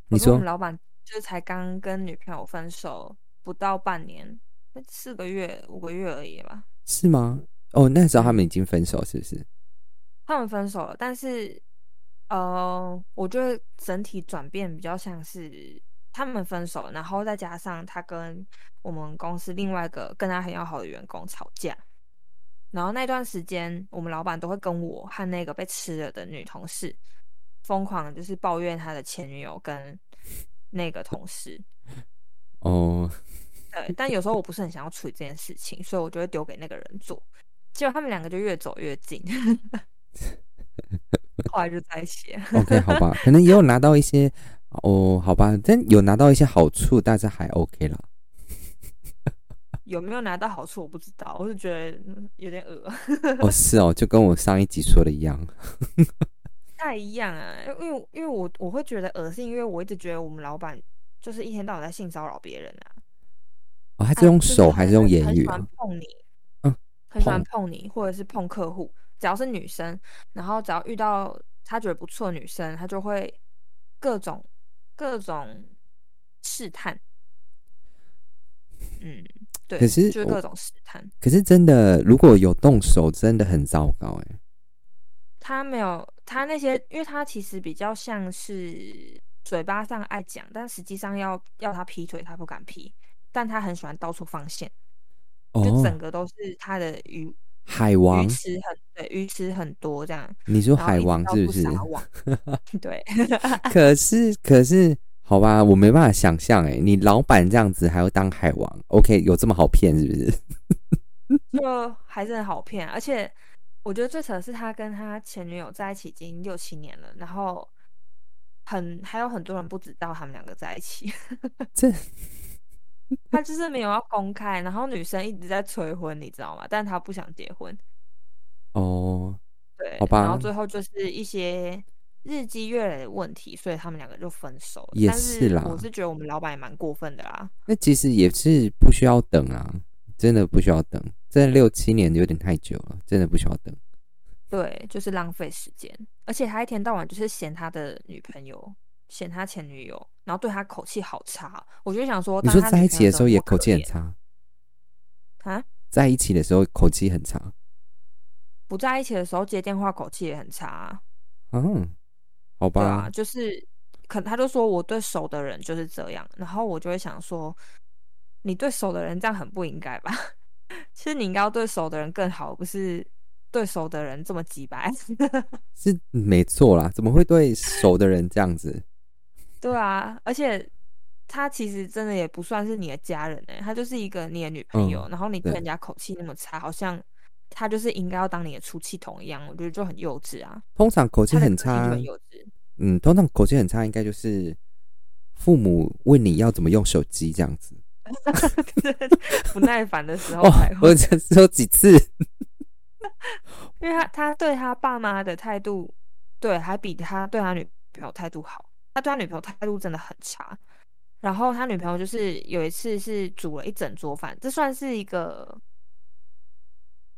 B: 你
A: 我说我
B: 说
A: 们老板就是才刚跟女朋友分手不到半年，那四个月五个月而已吧。
B: 是吗？哦，那时候他
A: 嗯
B: 们已经分手，是不是？
A: 他们分手了，但是呃，我觉得整体转变比较像是他们分手，然后再加上他跟我们公司另外一个跟他很要好的员工吵架，然后那段时间，我们老板都会跟我和那个被吃了的女同事疯狂的就是抱怨他的前女友跟那个同事，
B: 哦，
A: 对，但有时候我不是很想要处理这件事情，所以我就会丢给那个人做，结果他们两个就越走越近，后来就在一起了。
B: OK，好吧，可能也有拿到一些哦，好吧，但有拿到一些好处，大家还 OK 啦。
A: 有没有拿到好处我不知道，我就觉得嗯有点恶，
B: 哦，是哦，就跟我上一集说的一样。
A: 不太一样啊。因为因为我我会觉得恶心，因为我一直觉得我们老板就是一天到晚在性骚扰别人啊，
B: 哦，他
A: 啊
B: 是用
A: 就是
B: 手
A: 很
B: 还是用
A: 很
B: 言
A: 很
B: 语
A: 喜欢
B: 啊？
A: 碰你，
B: 嗯，
A: 很喜欢碰你，或者是碰客户，只要是女生，然后只要遇到他觉得不错的女生，他就会各种各种试探，嗯，对，
B: 可是
A: 就是
B: 我
A: 各种试探。
B: 可是真的，如果有动手，真的很糟糕哎。
A: 他没有，他那些，因为他其实比较像是嘴巴上爱讲，但实际上要要他劈腿，他不敢劈，但他很喜欢到处放线，就整
B: 哦，
A: 个都是他的鱼
B: 海
A: 鱼
B: 王，
A: 池很对，鱼池很多这样，
B: 你说
A: 然后
B: 海
A: 一直
B: 王
A: 到
B: 是
A: 处
B: 不是？
A: 撒 网，对，
B: 可是可是，好吧，我没办法想象哎，你老板这样子还要当海王？OK，有这么好骗是不是？
A: 就还是很好骗，而且我觉得最扯的是他跟他前女友在一起已经六七年了，然后很还有很多人不知道他们两个在一起。
B: 这
A: 他就是没有要公开，然后女生一直在催婚，你知道吗？但他不想结婚，
B: 哦，
A: 对
B: 好，吧
A: 然后最后就是一些日积月累的问题，所以他们两个就分手了。
B: 也
A: 但
B: 是
A: 是
B: 啦
A: 我是觉得我们老板也蛮过分的啦，
B: 那其实也是不需要等啊，真的不需要等，这六七年有点太久了，真的不需要等。
A: 对，就是浪费时间，而且他一天到晚就是嫌他的女朋友，嫌他前女友，然后对他口气好差。我就想说，
B: 你
A: 当
B: 说
A: 他
B: 在
A: 女
B: 一
A: 朋
B: 起
A: 友
B: 的
A: 怎
B: 时
A: 么
B: 候也
A: 哦那么
B: 口
A: 可
B: 气很
A: 怜
B: 差，
A: 啊？
B: 在一起的时候口气很差。
A: 不在一起的时候接电话口气也很差啊、
B: 嗯，好
A: 对
B: 吧
A: 啊，，就是可他就说我对熟的人就是这样，然后我就会想说，你对熟的人这样很不应该吧？ 其实你应该要对熟的人更好，不是对熟的人这么鸡掰。
B: 是没错啦，怎么会对熟的人这样子？
A: 对啊，而且他其实真的也不算是你的家人哎、他就是一个你的女朋友，
B: 嗯
A: 然后你对
B: 对
A: 人家口气那么差，好像他就是应该要当你的出气筒一样，我觉得就很幼稚啊。
B: 通常口气
A: 他的
B: 很
A: 个性就
B: 差
A: 很，幼稚，
B: 嗯，通常口气很差，应该就是父母问你要怎么用手机这样子。
A: 不耐烦的时候
B: 哦
A: 才，会，
B: 我这说几次，
A: 因为他他对他爸妈的态度，对，还比他对他女朋友态度好。他对他女朋友态度真的很差。然后他女朋友就是有一次是煮了一整桌饭，这算是一个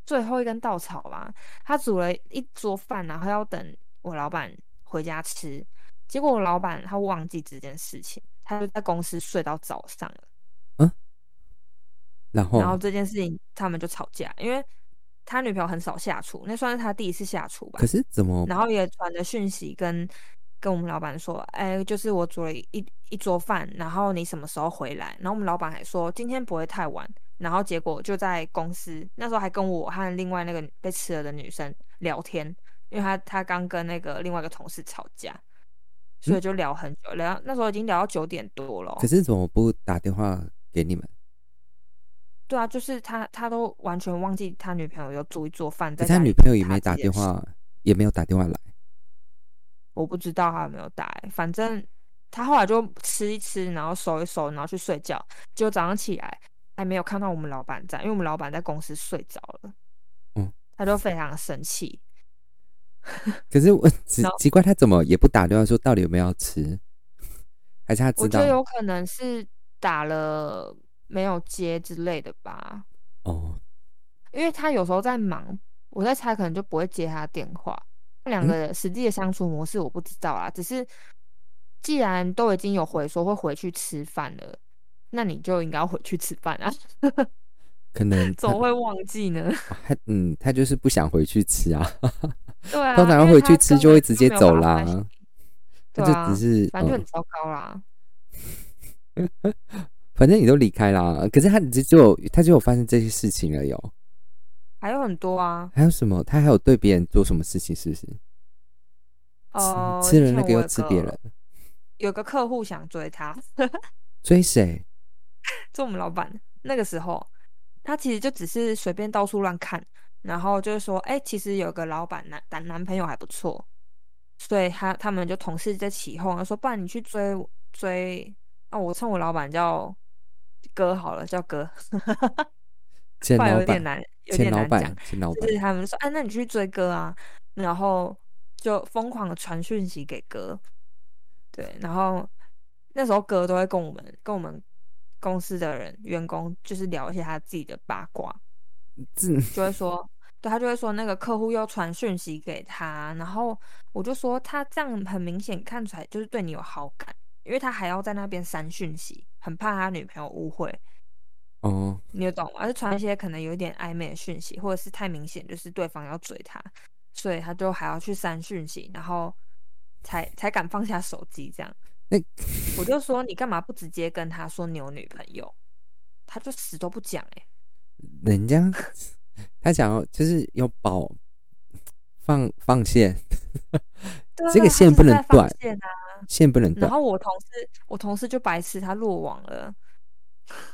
A: 最后一根稻草吧。他煮了一桌饭，然后要等我老板回家吃，结果我老板他忘记这件事情，他就在公司睡到早上了。
B: 然后
A: 然后这件事情他们就吵架，因为他女朋友很少下厨，那算是他第一次下厨吧
B: 可。是怎么
A: 然后也传了讯息跟跟我们老板说，哎，就是我煮了一一桌饭，然后你什么时候回来？然后我们老板还说今天不会太晚。然后结果就在公司，那时候还跟我和另外那个被吃了的女生聊天，因为她她刚跟那个另外一个同事吵架，所以就聊很久，聊那时候已经聊到九点多了哦。
B: 嗯可是怎么不打电话给你们？
A: 对啊，就是他，他都完全忘记他女朋友有煮一桌饭在
B: 可是他
A: 家里
B: 女朋友也
A: 给
B: 没
A: 他
B: 打
A: 这件
B: 电
A: 事，
B: 话，也没有打电话来。
A: 我不知道他有没有打、欸。反正他后来就吃一吃，然后收一收，然后去睡觉。结果早上起来还没有看到我们老板在，因为我们老板在公司睡着了。
B: 嗯，
A: 他就非常生气。
B: 可 是我奇
A: 然后
B: 奇怪，他怎么也不打电话说到底有没有要吃？还是他
A: 我
B: 知
A: 觉得
B: 道
A: 有可能是打了没有接之类的吧。
B: 哦？
A: 因为他有时候在忙，我在猜可能就不会接他电话。
B: 嗯
A: 两个人实际的相处模式我不知道啦，只是既然都已经有回说会回去吃饭了，那你就应该要回去吃饭啊，
B: 可能
A: 怎么会忘记 呢？
B: 他他嗯，他就是不想回去吃啊。
A: 对啊，
B: 通常
A: 因为
B: 回
A: 他
B: 去吃
A: 根
B: 就会
A: 本
B: 直接
A: 没有
B: 走
A: 把
B: 啦
A: 关系
B: 他
A: 对啊，
B: 就只是
A: 反正就
B: 嗯
A: 很糟糕啦。
B: 反正你都离开啦。可是他只只有他只有发生这些事情而已、哦。
A: 还有很多啊，
B: 还有什么？他还有对别人做什么事情？是不是？
A: 呃，
B: 吃
A: 之
B: 了那
A: 前
B: 个
A: 我
B: 又
A: 有
B: 吃
A: 个
B: 别人，
A: 有个客户想追他，
B: 追谁？
A: 就我们老板那个时候，他其实就只是随便到处乱看，然后就是说，哎、其实有个老板男男男朋友还不错，所以他他们就同事在起哄，他说，不然你去追追，啊，我称我老板叫哥好了，叫哥，
B: 前
A: 不然
B: 老
A: 有点
B: 板，
A: 难，有
B: 前
A: 点
B: 老
A: 难讲
B: 板，，前老
A: 就
B: 板
A: 是。他们说，哎、那你去追哥啊，然后就疯狂的传讯息给哥，对，然后那时候哥都会跟我们跟我们公司的人员工就是聊一些他自己的八卦，
B: 这
A: 就会说，对他就会说那个客户又传讯息给他，然后我就说他这样很明显看出来就是对你有好感，因为他还要在那边删讯息，很怕他女朋友误会，
B: 哦，
A: 你有懂吗？就传一些可能有一点暧昧的讯息，或者是太明显，就是对方要追他，所以他就还要去删讯息，然后才才敢放下手机这样。
B: 那
A: 我 就说你干嘛不直接跟他说你有女朋友？他就死都不讲哎、
B: 人家他想要就是要保放放线，
A: 对啊
B: 这个
A: 他就是
B: 线不能
A: 在放
B: 断
A: 线啊。
B: 线不能
A: 然
B: 断。
A: 后我同事，我同事就白痴，他落网了。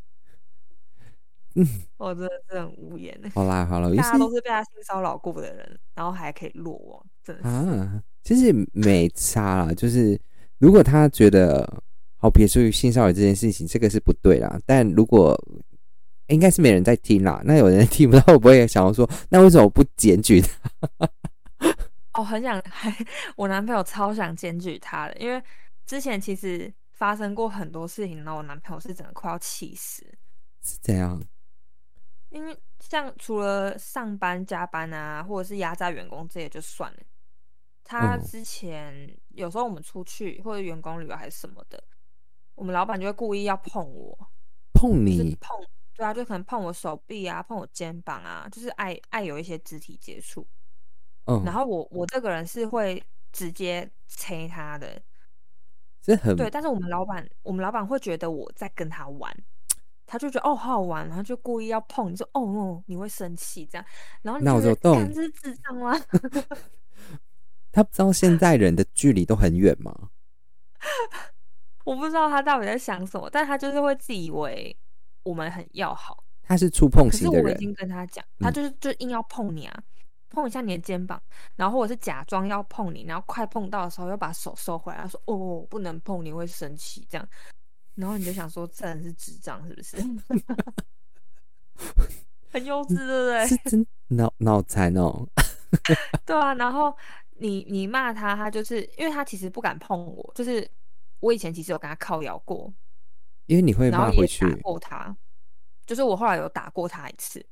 B: 嗯，
A: 我真的是很无言欸。
B: 好啦好啦，就
A: 大家都
B: 是
A: 是被他性骚扰过的人，然后还可以落网，真的是。
B: 啊，其实没差啦，就是如果他觉得好撇除于性骚扰这件事情，这个是不对啦。但如果应该是没人在听啦，那有人听不到，会不会想要说，那为什么不检举他？
A: 哦，很想，还 我男朋友超想检举他的，因为之前其实发生过很多事情，然后我男朋友是真的快要气死。
B: 是怎样？
A: 因为像除了上班加班啊，或者是压榨员工这也就算了，他
B: 嗯
A: 之前有时候我们出去或者员工旅游还是什么的，我们老板就会故意要碰我，
B: 碰
A: 就是
B: 你
A: 碰，对啊，就可能碰我手臂啊，碰我肩膀啊，就是爱爱有一些肢体接触。
B: 哦，
A: 然后我我这个人是会直接催他的，
B: 这很
A: 对，但是我们老板，我们老板会觉得我在跟他玩，他就觉得哦好好玩，然后就故意要碰你说哦哦你会生气这样，然后你
B: 那我
A: 就
B: 就
A: 觉得干
B: 动
A: 这是智障吗？
B: 他不知道现在人的距离都很远吗？
A: 我不知道他到底在想什么，但他就是会自以为我们很要好，
B: 他是触碰
A: 可是
B: 型的
A: 我已
B: 人，
A: 经跟他讲，他
B: 嗯
A: 就是就硬要碰你啊，碰一下你的肩膀，然后或者是假装要碰你，然后快碰到的时候又把手收回来，他说：“哦，我不能碰你，会生气。”这样，然后你就想说，这人是智障是不 是？很幼稚，对不对？
B: 是真脑 脑残哦，
A: 对啊，然后你你骂他，他就是因为他其实不敢碰我，就是我以前其实有跟他靠摇过，
B: 因为你会
A: 然
B: 骂
A: 后也打
B: 回去，
A: 过他，就是我后来有打过他一次，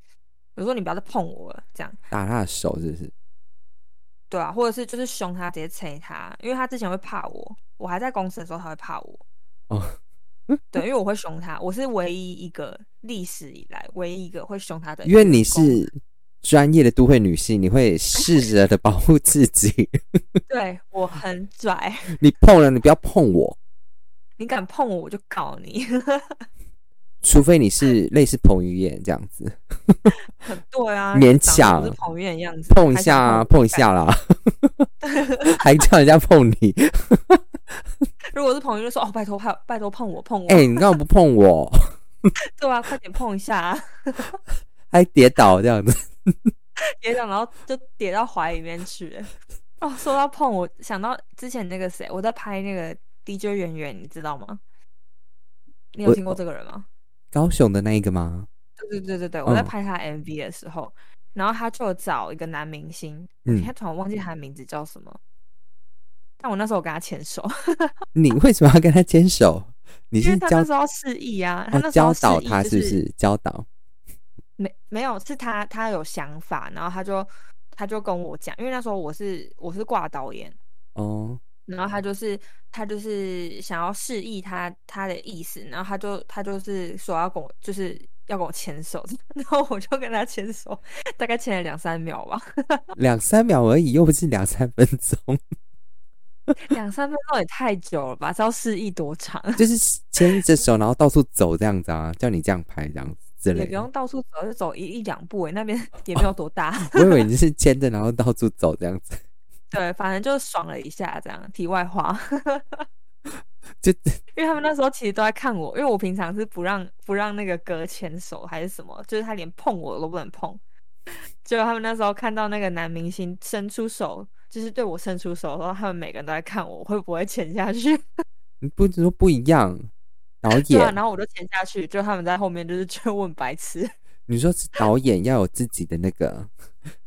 A: 我说你不要再碰我了，这样
B: 打他的手是不是？
A: 对啊，或者是就是凶他，直接捶他，因为他之前会怕我，我还在公司的时候他会怕我，
B: 哦，
A: 对，因为我会凶他，我是唯一一个历史以来唯一一个会凶他的员
B: 因
A: 工，
B: 为你是专业的都会女性，你会试着的保护自己。
A: 对我很拽，
B: 你碰了，你不要碰我，
A: 你敢碰我我就搞你，
B: 除非你是类似彭于晏这样子，
A: 很对啊，
B: 勉
A: 长得不
B: 强
A: 是彭于晏的样子，
B: 碰一
A: 还
B: 下
A: 想
B: 啊，
A: 我
B: 碰一下啦， 还叫人家碰你。
A: 如果是朋友就说哦，拜托，拜拜托碰我碰我，
B: 哎、你干嘛不碰我？
A: 对啊，快点碰一下、啊，
B: 还跌倒这样子，
A: 跌倒然后就跌到怀里面去了。哦，说到碰我，想到之前那个谁，我在拍那个 DJ 圆圆，你知道吗？你有
B: 我
A: 听过这个人吗？
B: 高雄的那一个吗？
A: 对对对对对，我在
B: 嗯
A: 拍他的 MV 的时候，然后他就找一个男明星，我
B: 嗯
A: 现在突然忘记他的名字叫什么，但我那时候跟他牵手，
B: 你为什么要跟他牵手？你
A: 因为
B: 是
A: 他
B: 教
A: 那时候示意啊，他那
B: 哦
A: 时候
B: 教
A: 示
B: 导
A: 意
B: 他
A: 就是
B: 不是？教导
A: 没没有，是他他有想法，然后他就他就跟我讲，因为那时候我是我是挂导演，
B: 哦，
A: 然后他就是他就是想要示意他他的意思，然后他就他就是说要跟我就是要跟我牵手， 然后我就跟他牵手，大概牵了两三秒吧，
B: 两三秒而已，又不是两三分钟，
A: 两三分钟也太久了吧？知道示意多长？
B: 就是牵着手，然后到处走这样子啊，叫你这样拍这样子之
A: 也
B: 类
A: 不
B: 的。
A: 用到处走，就走一一两步、欸，那边 也没有多大，
B: 我以为你是牵着，然后到处走这样子，
A: 对，反正就爽了一下这样。题外话。
B: 就
A: 因为他们那时候其实都在看我，因为我平常是不让不让那个哥牵手还是什么，就是他连碰我都不能碰。结果他们那时候看到那个男明星伸出手，就是对我伸出手的时候，他们每个人都在看我会不会潜下去。
B: 你不是说不一样。导
A: 对啊，
B: 演，
A: 然后我就潜下去，就他们在后面就是追问白痴
B: 你说是导演要有自己的那个，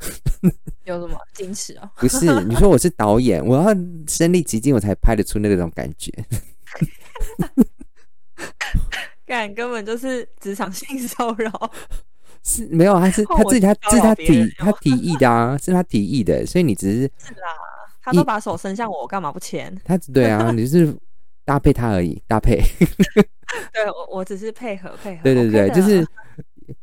A: 有什么矜持哦，
B: 不是？你说我是导演，我要身临其境，我才拍得出那种感觉。
A: 干根本就是职场性骚扰。
B: 是没有，他是
A: 换
B: 他
A: 哦我
B: 自己，他
A: 骚
B: 是
A: 扰
B: 他
A: 别
B: 提
A: 人
B: 他提议的啊，是他提议的，所以你只是
A: 他都把手伸向我，我干嘛不牵？
B: 他对啊，你就是搭配他而已，搭配，
A: 对我，我只是配合配合。
B: 对对
A: OK
B: 对，
A: 的
B: 就是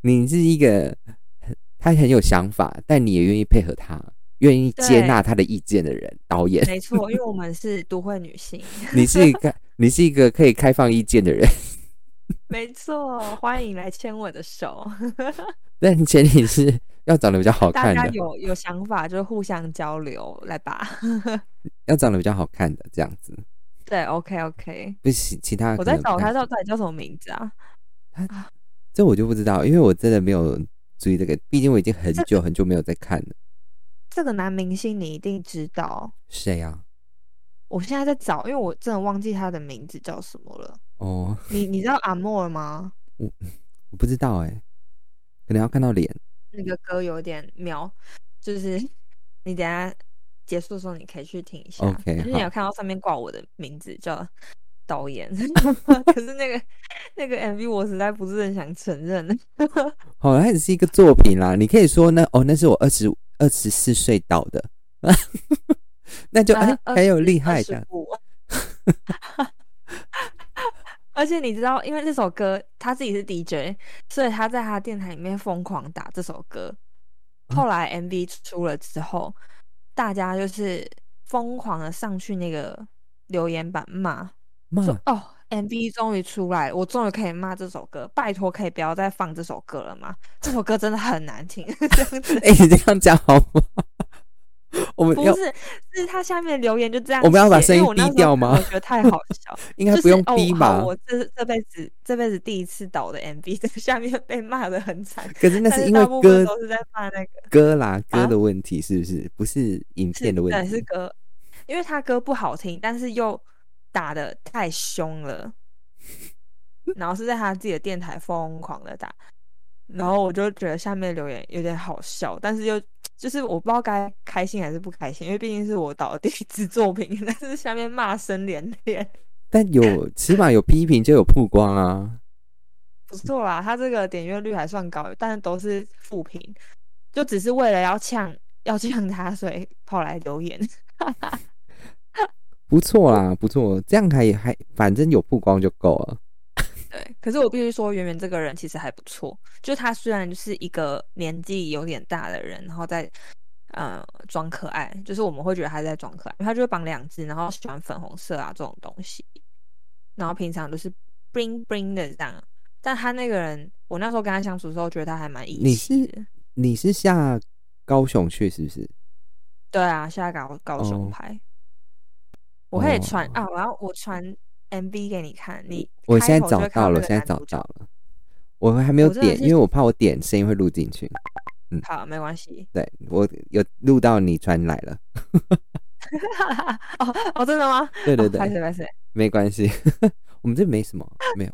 B: 你是一个很他很有想法，但你也愿意配合他，愿意接
A: 对
B: 纳他的意见的人，导演，
A: 没错，因为我们是都会女性。
B: 你是一个你是一个可以开放意见的人，
A: 没错，欢迎来牵我的手。
B: 但前提是要长得比较好
A: 大
B: 看
A: 家
B: 的，
A: 有有想法就互相交流，来吧。
B: 要长得比较好看的这样子，
A: 对，OK OK。
B: 不行，其他
A: 我
B: 可
A: 在
B: 能不
A: 找
B: 太
A: 他到底叫什么名字啊？
B: 这我就不知道，因为我真的没有注意这个，毕竟我已经很久很久没有在看了。
A: 这个男明星你一定知道。
B: 谁啊？
A: 我现在在找，因为我真的忘记他的名字叫什么了。
B: 哦，
A: 你你知道阿莫尔吗？
B: 我不知道哎、可能要看到脸。
A: 那个歌有点喵，就是你等一下结束的时候你可以去听一下。
B: OK，
A: 可是
B: 好
A: 你有看到上面挂我的名字叫导 演，可是那个那个 MV 我实在不是很想承认。
B: 好、哦它只是一个作品啦。你可以说那哦，那是我二十二十四岁导的， 那就
A: 呃
B: 哎、还有厉害的。
A: 25而且你知道，因为这首歌他自己是 DJ，所以他在他电台里面疯狂打这首歌。后
B: 嗯
A: 来 MV 出了之后，大家就是疯狂的上去那个留言板骂，
B: 妈
A: 说：“哦，MV 终于出来，我终于可以骂这首歌，拜托可以不要再放这 首歌了吗？这首歌真的很难听。”这样子
B: 哎、你这样讲好吗？ 我们要
A: 不是，是他下面留言就这样写。
B: 我们要把声音
A: 因为我那时候
B: 逼掉吗
A: 看我觉得太好笑，
B: 应
A: 就
B: 该
A: 是
B: 不用
A: 哦
B: 逼
A: 好
B: 吧？
A: 我这这辈子这辈子第一次导的 MV，在下面被骂的很惨，
B: 可是那
A: 但
B: 是因
A: 大
B: 为
A: 部分
B: 歌
A: 都是在骂那个
B: 歌啦，
A: 啊
B: 歌的问题是不是？不是影
A: 是
B: 片的问
A: 对
B: 题。
A: 是歌，因为他歌不好听，但是又打的太凶了，然后是在他自己的电台疯狂的打，然后我就觉得下面留言有点好笑，但是又就是我不知道该开心还是不开心，因为毕竟是我导的第一支作品， 但是下面骂声连连，
B: 但 有起码有批评就有曝光啊。
A: 不错啦，他这个点阅率还算高，但是都是负评，就只是为了要呛要呛他，所以跑来留言。
B: 不错啦，不错，这样还还反正有曝光就够了。
A: 对，可是我必须说，圆圆这个人其实还不错。就他虽然就是一个年纪有点大的人，然后在呃装可爱，就是我们会觉得他在装可爱，因为他就会绑两只，然后喜欢粉红色啊这种东西，然后平常就是 bling bling 的这样。但他那个人，我那时候跟他相处的时候，觉得他还蛮义
B: 你
A: 气
B: 是
A: 的。
B: 你是下高雄去是不是？
A: 对啊，现在搞搞
B: 哦
A: 胸牌，我可以
B: 哦
A: 传、啊，我要我传 MV 给你看，你
B: 我
A: 开
B: 现在
A: 头就
B: 找
A: 会看
B: 到
A: 那
B: 了，
A: 个
B: 现在
A: 男
B: 找
A: 主角
B: 到了。我还没有
A: 我真的
B: 点，
A: 是
B: 因为我怕我点声音会录进去。
A: 好，没关系。
B: 对我有录到你传来了，
A: 哦哦，真的吗？
B: 对对对，
A: 拍谁拍谁？
B: 没关系， 我们这没什么，没有，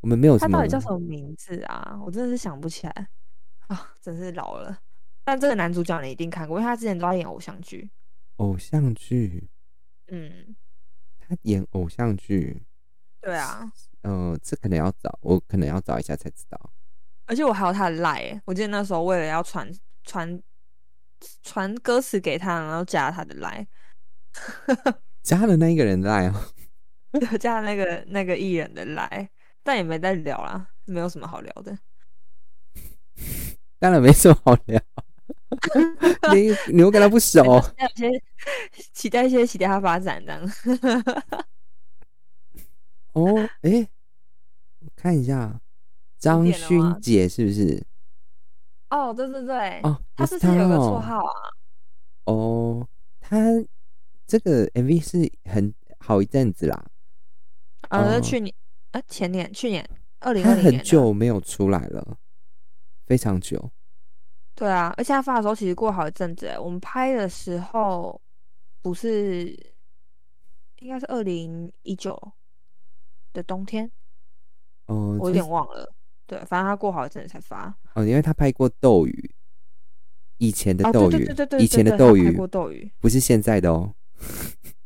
B: 我们没有
A: 他
B: 什
A: 到
B: 么
A: 底叫什么名字啊？我真的是想不起来啊、真是老了。但这个男主角你一定看过，因为他之前都在演偶像剧。
B: 偶像剧，
A: 嗯，
B: 他演偶像剧，
A: 对啊，
B: 嗯、这可能要找，我可能要找一下才知道。
A: 而且我还有他的 line，欸我记得那时候为了要传传传歌词给他，然后加了他的 line，
B: 加了那一个人的 line 哦，
A: 就加了那个那个艺人的 line，但也没再聊啦，没有什么好聊的。
B: 当然没什么好聊。 你你又跟他不熟，
A: 还有些期待一些期待他发展这样。
B: 哦，哎、我看一下，张
A: 点了
B: 勋
A: 吗
B: 姐是不是？
A: 哦，对对对，
B: 哦，
A: 他
B: 那
A: 是不是有个绰
B: 哦
A: 号啊？
B: 哦，他这个 MV 是很好一阵子啦，
A: 呃，
B: 哦
A: 去年，呃，前年，去年二零
B: 他
A: 二零
B: 很
A: 年，
B: 久没有出来了，非常久。
A: 对啊，而且他发的时候其实过好一阵子欸，我们拍的时候不是，应该是二零一九的冬天，我
B: 哦，
A: 有
B: 就
A: 点
B: 是
A: 忘了。对，反正他过好一阵子才发。
B: 哦，因为他拍过斗鱼，以前的
A: 哦，
B: 斗
A: 对对
B: 鱼
A: 对对，对，对
B: 以前的
A: 对他
B: 斗
A: 拍
B: 鱼，
A: 过斗鱼，
B: 不是现在的哦，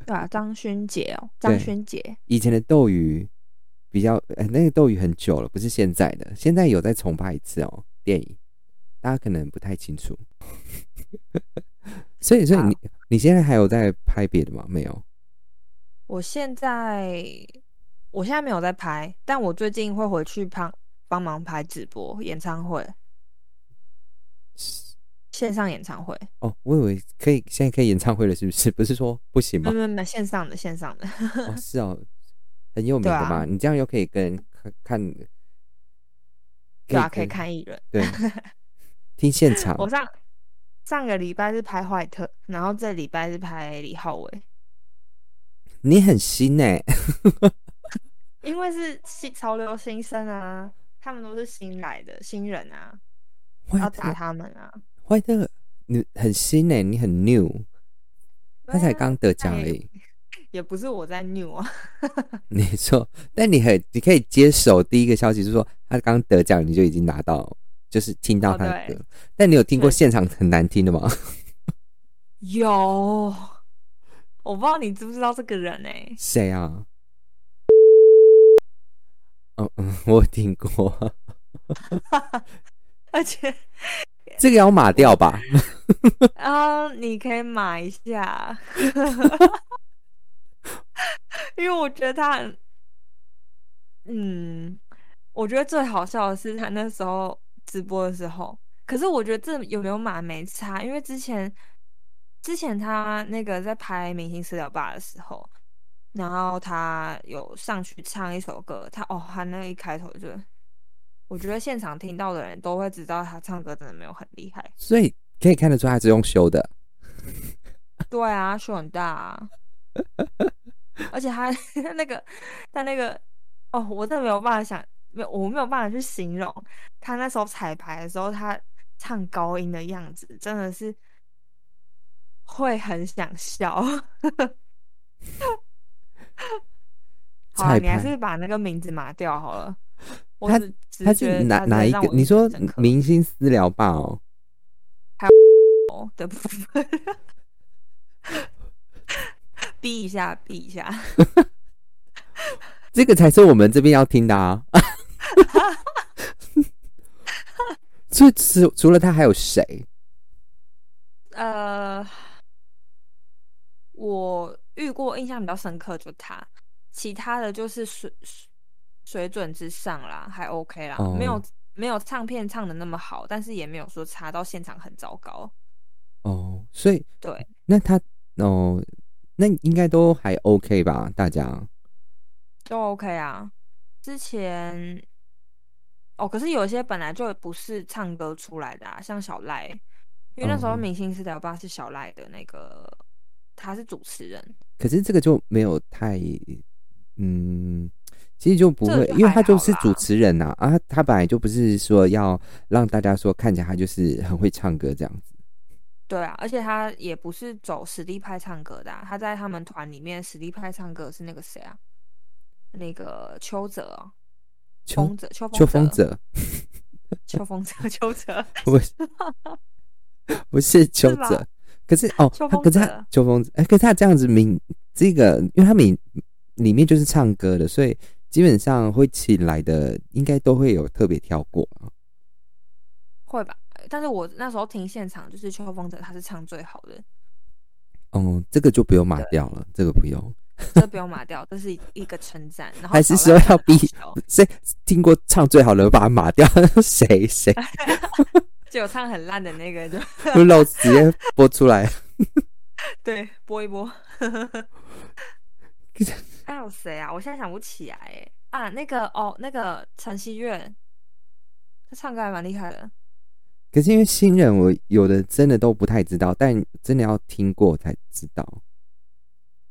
A: 对啊，张勋杰哦，张
B: 对
A: 勋杰，
B: 以前的斗鱼比较，呃，那个斗鱼很久了，不是现在的，现在有再重拍一次哦，电影，大家可能不太清楚。 所以，所以
A: 好
B: 你你现在还有在拍别的吗？没有。
A: 我现在我现在没有在拍，但我最近会回去帮帮忙拍直播演唱会，线上演唱会。
B: 哦，我以为可以，现在可以演唱会了，是不是？ 不是说不行
A: 没
B: 吗
A: 有？没有没有，线上的线上的，
B: 哦，是哦，很有名
A: 对
B: 的
A: 啊
B: 嘛。你这样又可以跟看看，
A: 对啊，可以
B: 跟
A: 看艺人。
B: 对，听现场
A: 我上上个礼拜是拍坏特，然后这礼拜是拍李浩伟，
B: 你很新哎、
A: 因为是新潮流新生啊，他们都是新来的新人啊，
B: 坏
A: 要打
B: 特
A: 他们啊。
B: 坏特，你很新哎、你很 new，他才
A: 对啊
B: 刚得奖
A: 那
B: 而
A: 也
B: 已。
A: 啊也不是我在 new 啊，
B: 你说，但你很，你可以接手第一个消息，就是说他刚得奖，你就已经拿到，就是听到
A: 哦
B: 他的
A: 对
B: 歌。但你有听过
A: 确实
B: 现场很难听的吗？
A: 有，我不知道你知不知道这个人哎、
B: 谁啊？嗯嗯， 我有听 过，
A: 而且
B: 这个要码掉吧？
A: 啊，你可以买一下， 因为我觉得他很，嗯，我觉得最好笑的是他那时候直播的时候，可是我觉得这有没有码没差，因为之前之前他那个在拍《明星私聊吧》的时候，然后他有上去唱一首歌，他哦，他那一开头就，我觉得现场听到的人都会知道他唱歌真的没有很厉害。
B: 所以可以看得出他是用修的。
A: 对啊，秀很大、啊，而且他 那个他那个哦，我真的没有办法想，没有我没有办法去形容他那时候彩排的时候，他唱高音的样子，真的是会很想笑。好啊、
B: 彩
A: 你还
B: 排
A: 是把那个名字码掉好了。我
B: 他
A: 只只
B: 他
A: 觉得
B: 是哪
A: 他真
B: 哪
A: 的
B: 一
A: 让
B: 个
A: 我？
B: 你
A: 印
B: 说
A: 象深刻
B: 明星私聊吧哦，
A: 的部分， 逼一下，逼一下。
B: 这个才是我们这边要听的 啊。除除除了他还有谁？
A: 呃，我遇过印象比较深刻就他，其他的就是水水水准之上啦，还 OK 啦，没有
B: 哦
A: 没有唱片唱的那么好，但是也没有说差到现场很糟糕。
B: 哦，所以
A: 对，
B: 那他哦，那应该都还 OK 吧？大家
A: 都 OK 啊。之前哦，可是有些本来就不是唱歌出来的啊，像小赖，因为那时候
B: 嗯
A: 明星四聊吧是小赖的那个，他是主持人，
B: 可是这个就没有太，嗯，其实就不
A: 这个
B: 会，
A: 就
B: 因为
A: 还
B: 他就
A: 好
B: 是
A: 啦
B: 主持人呐、啊，他本来就不是说要让大家说看起来他就是很会唱歌这样子，
A: 对啊，而且他也不是走实力派唱歌的啊、他在
B: 嗯
A: 他们团里面实力派唱歌是那个谁啊？那个邱泽哦，
B: 秋
A: 风泽，邱
B: 秋
A: 风
B: 风，者，
A: 邱风泽，邱泽，
B: 不是不是秋
A: 吧
B: 泽，可是哦，
A: 秋
B: 他
A: 风
B: 可是
A: 者
B: 他秋风者，哎、可是他这样子名这个，因为他名里面就是唱歌的，所以基本上会起来的应该都会有特别跳过啊。
A: 会吧？但是我那时候听现场，就是邱风泽他是唱最好的，
B: 嗯，这个就不用码掉了，这个不用。
A: 这不 用码掉，这是一一个称赞。然后
B: 还是
A: 小赖
B: 说要
A: 很好
B: 逼
A: 笑
B: 谁听过唱最好的把它码掉？ 谁谁
A: 就有唱很烂的那个，就
B: 漏直接播出来？
A: 对，播一 播。还有谁啊？我现在想不起来欸啊，那个哦，那个陈曦月，他唱歌还蛮厉害的。
B: 可是因为新人，我有的真的都不太知道，但真的要听过才知道。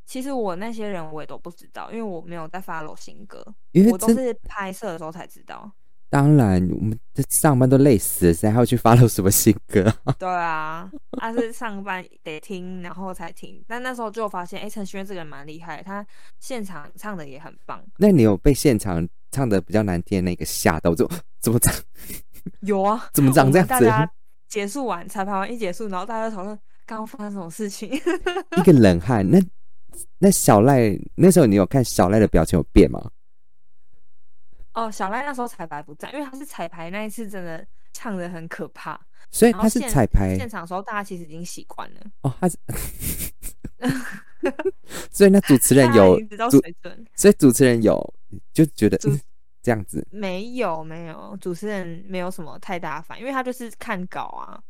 A: 其实我那些人我也都不知道，因为我没有在 follow 新歌，
B: 因为
A: 我都
B: 真
A: 是拍摄的时候才知道。
B: 当然，我们这上班都累死了，谁还要去 follow 什么新歌？
A: 对啊，他、是上班得听，然后才听。但那时候就有发现，哎、陈曦月这个人蛮厉害，他现场唱的也很棒。
B: 那你有被现场唱的比较难听的那个吓到？就怎么唱？
A: 有啊，
B: 怎么
A: 我
B: 长
A: 们
B: 这样
A: 大
B: 子？
A: 家结束完彩排完一结束，然后大家讨论刚刚发生什么事情。
B: 一个冷汗。那那小赖那时候你有看小赖的表情有变吗？
A: 哦，小赖那时候彩排不在，因为他是彩排那一次真的唱的很可怕。
B: 所以
A: 然后
B: 他是
A: 哦现
B: 彩排
A: 现场的时候，大家其实已经习惯了，
B: 哦，他是， 所以那主持人
A: 大家已
B: 有
A: 经知道
B: 主，
A: 水准。
B: 所以主持人有就觉得
A: 主
B: 嗯这样子
A: 没有没有，主持人没有什么太大的反应，因为他就是看稿啊，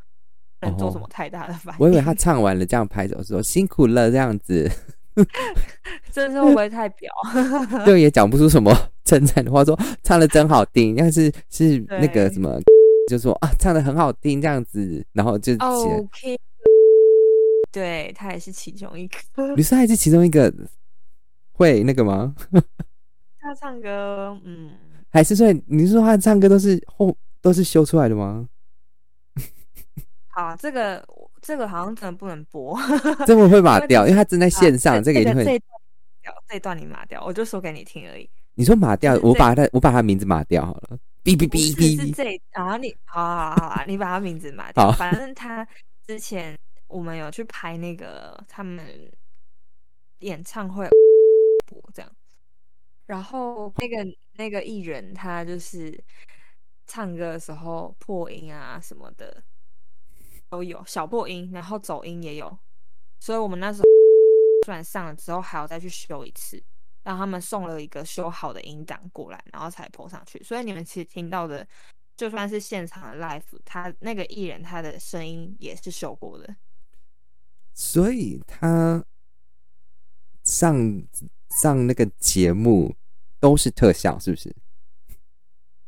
A: 不能做什
B: 哦
A: 么太大的反应。
B: 我以为他唱完了这样拍手说辛苦了这 样子，
A: 这是会不会太表？
B: 就也讲不出什么称赞的话，说唱的真好听，要是 是
A: 对
B: 那个什么。就说啊，唱的很好听，这样子，然后就写。
A: 哦 OK，对他也是其中一个。
B: 女生还是其中一个会那个吗？
A: 他唱歌，嗯，
B: 还是说你是说他唱歌都是后都是修出来的吗？
A: 好，这个这个好像真的不能播。
B: 这么会码
A: 因为
B: 掉，因为他正在线上，
A: 啊这
B: 这个一定会。
A: 这一段你码掉这一段你码掉，我就说给你听而已。
B: 你说码掉
A: 就，是
B: 我
A: 这
B: 把他我把他名字码掉好了，哔哔
A: 不
B: 哔
A: 是
B: 哔
A: 是
B: 哔。
A: 这一啊，你好好好好，你把他名字码掉。
B: 好
A: 反正他之前我们有去拍那个他们演唱会播这样，然后那个那个艺人他就是唱歌的时候破音啊什么的都有，小破音，然后走音也有，所以我们那时候 虽然上了之后还要再去修一次，让他们送了一个修好的音档过来，然后才 p 上去。所以你们其实听到的，就算是现场的 live，他那个艺人他的声音也是修过的。
B: 所以他上上那个节目都是特效，是不是？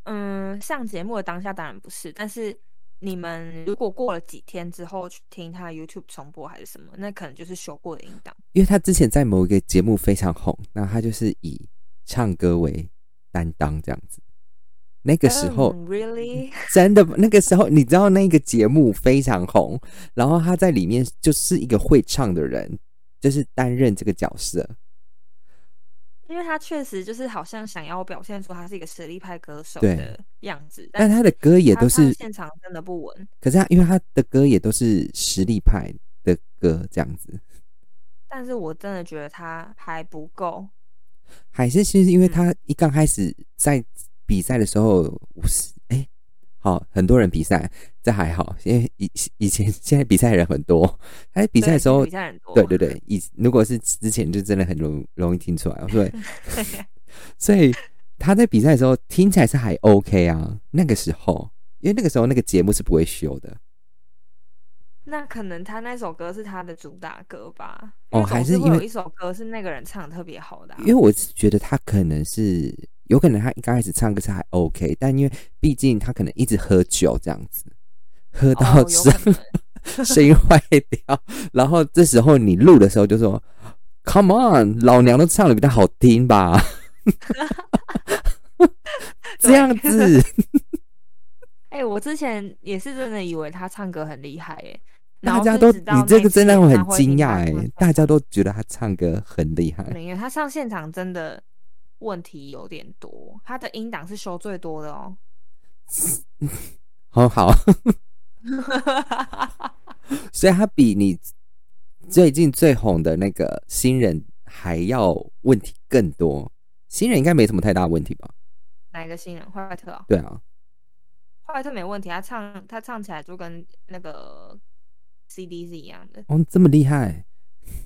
A: 嗯，上节目的当下当然不是，但是你们如果过了几天之后去听他的 YouTube 重播还是什么，那可能就是修过的音档。
B: 因为他之前在某一个节目非常红，那他就是以唱歌为担当这样子。那个时候、
A: 嗯 really
B: 真的，那个时候你知道那个节目非常红，然后他在里面就是一个会唱的人，就是担任这个角色。
A: 因为他确实就是好像想要表现出他是一个实力派歌手
B: 对
A: 的样子，
B: 但
A: 是
B: 他的歌也
A: 他
B: 都
A: 唱
B: 是，
A: 现场真的不稳。
B: 可是他因为他的歌也都是实力派的歌，这样子，
A: 但是我真的觉得他还不够，
B: 还是是因为他一刚开始在比赛的时候，五十哎，好，很多人比赛，这还好，因为以以前现在比赛人很多，他在比赛
A: 对
B: 的时候
A: 比，赛很多，
B: 对对对，以如果是之前就真的很容容易听出来，所以所以他在比赛的时候听起来是还 OK 啊，那个时候，因为那个时候那个节目是不会修的，
A: 那可能他那首歌是他的主打歌吧？因
B: 哦
A: 为总
B: 还是
A: 是会
B: 因为
A: 有一首歌是那个人唱的特别好的啊、
B: 因为我是觉得他可能是有可能他一刚开始唱歌是还 OK，但因为毕竟他可能一直喝酒这样子，喝到
A: 哦有
B: 声、
A: 可能
B: 声音坏掉，然后这时候你录的时候就说，Come on，老娘都唱的比他好听 吧，这样 子，
A: 哎、我之前也是真的以为他唱歌很厉害哎，然
B: 大
A: 后
B: 家
A: 是
B: 都
A: 直到
B: 你这
A: 那
B: 个真
A: 次
B: 让我
A: 演
B: 很
A: 唱会
B: 惊
A: 听
B: 讶
A: 他
B: 哎
A: 唱，
B: 大家都觉得他唱歌很厉害，
A: 没有他上现场真的问题有点多，他的音档是修最多的哦。
B: 好哦好，所以他比你最近最红的那个新人还要问题更多。新人应该没什么太大问题吧？
A: 哪一个新人？坏特、哦，
B: 对啊，
A: 坏特没问题，他唱他唱起来就跟那个 CD 是一样的。
B: 哦，这么厉害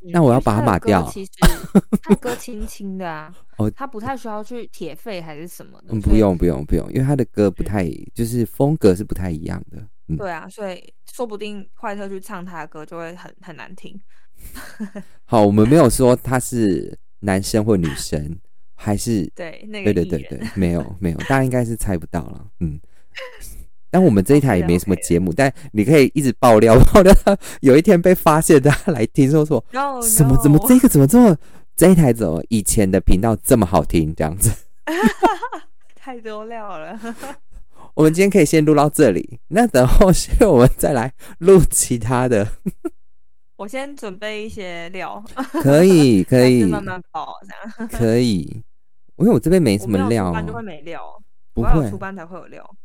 A: 嗯
B: 那我要
A: 因为
B: 把它
A: 他的
B: 码
A: 歌
B: 掉
A: 其实他的歌轻轻的啊，
B: 哦
A: 他不太需要去铁肺还是什么的。
B: 嗯，
A: 所
B: 不
A: 以。
B: 用不用不用，因为他的歌不
A: 嗯
B: 太，就是风格是不太一样的。嗯，
A: 对啊，所以说不定坏特去唱他的歌就会很很难听。
B: 好，我们没有说他是男生或女生，还是
A: 对， 那个
B: 对对
A: 艺
B: 对
A: 人
B: 对，没有没有，大家应该是猜不到了， 嗯。但我们这一台也没什么
A: OK 的
B: 节目，但你可以一直爆料 爆料到有一天被发现，大家来听说说
A: No,
B: 什么怎么
A: 哦 no
B: 这个怎么这么这一台怎么以前的频道这么好听这样子。
A: 太多料了。
B: 我们今天可以先录到这里，那等后续我们再来录其他的，
A: 我先准备一些料，
B: 可 以可
A: 但
B: 以
A: 是慢慢包这样。
B: 可以，因为我这边没
A: 我
B: 什
A: 没
B: 么
A: 有出
B: 料啊
A: 班就，会没料，
B: 不
A: 我要有
B: 会
A: 出，班才会有料。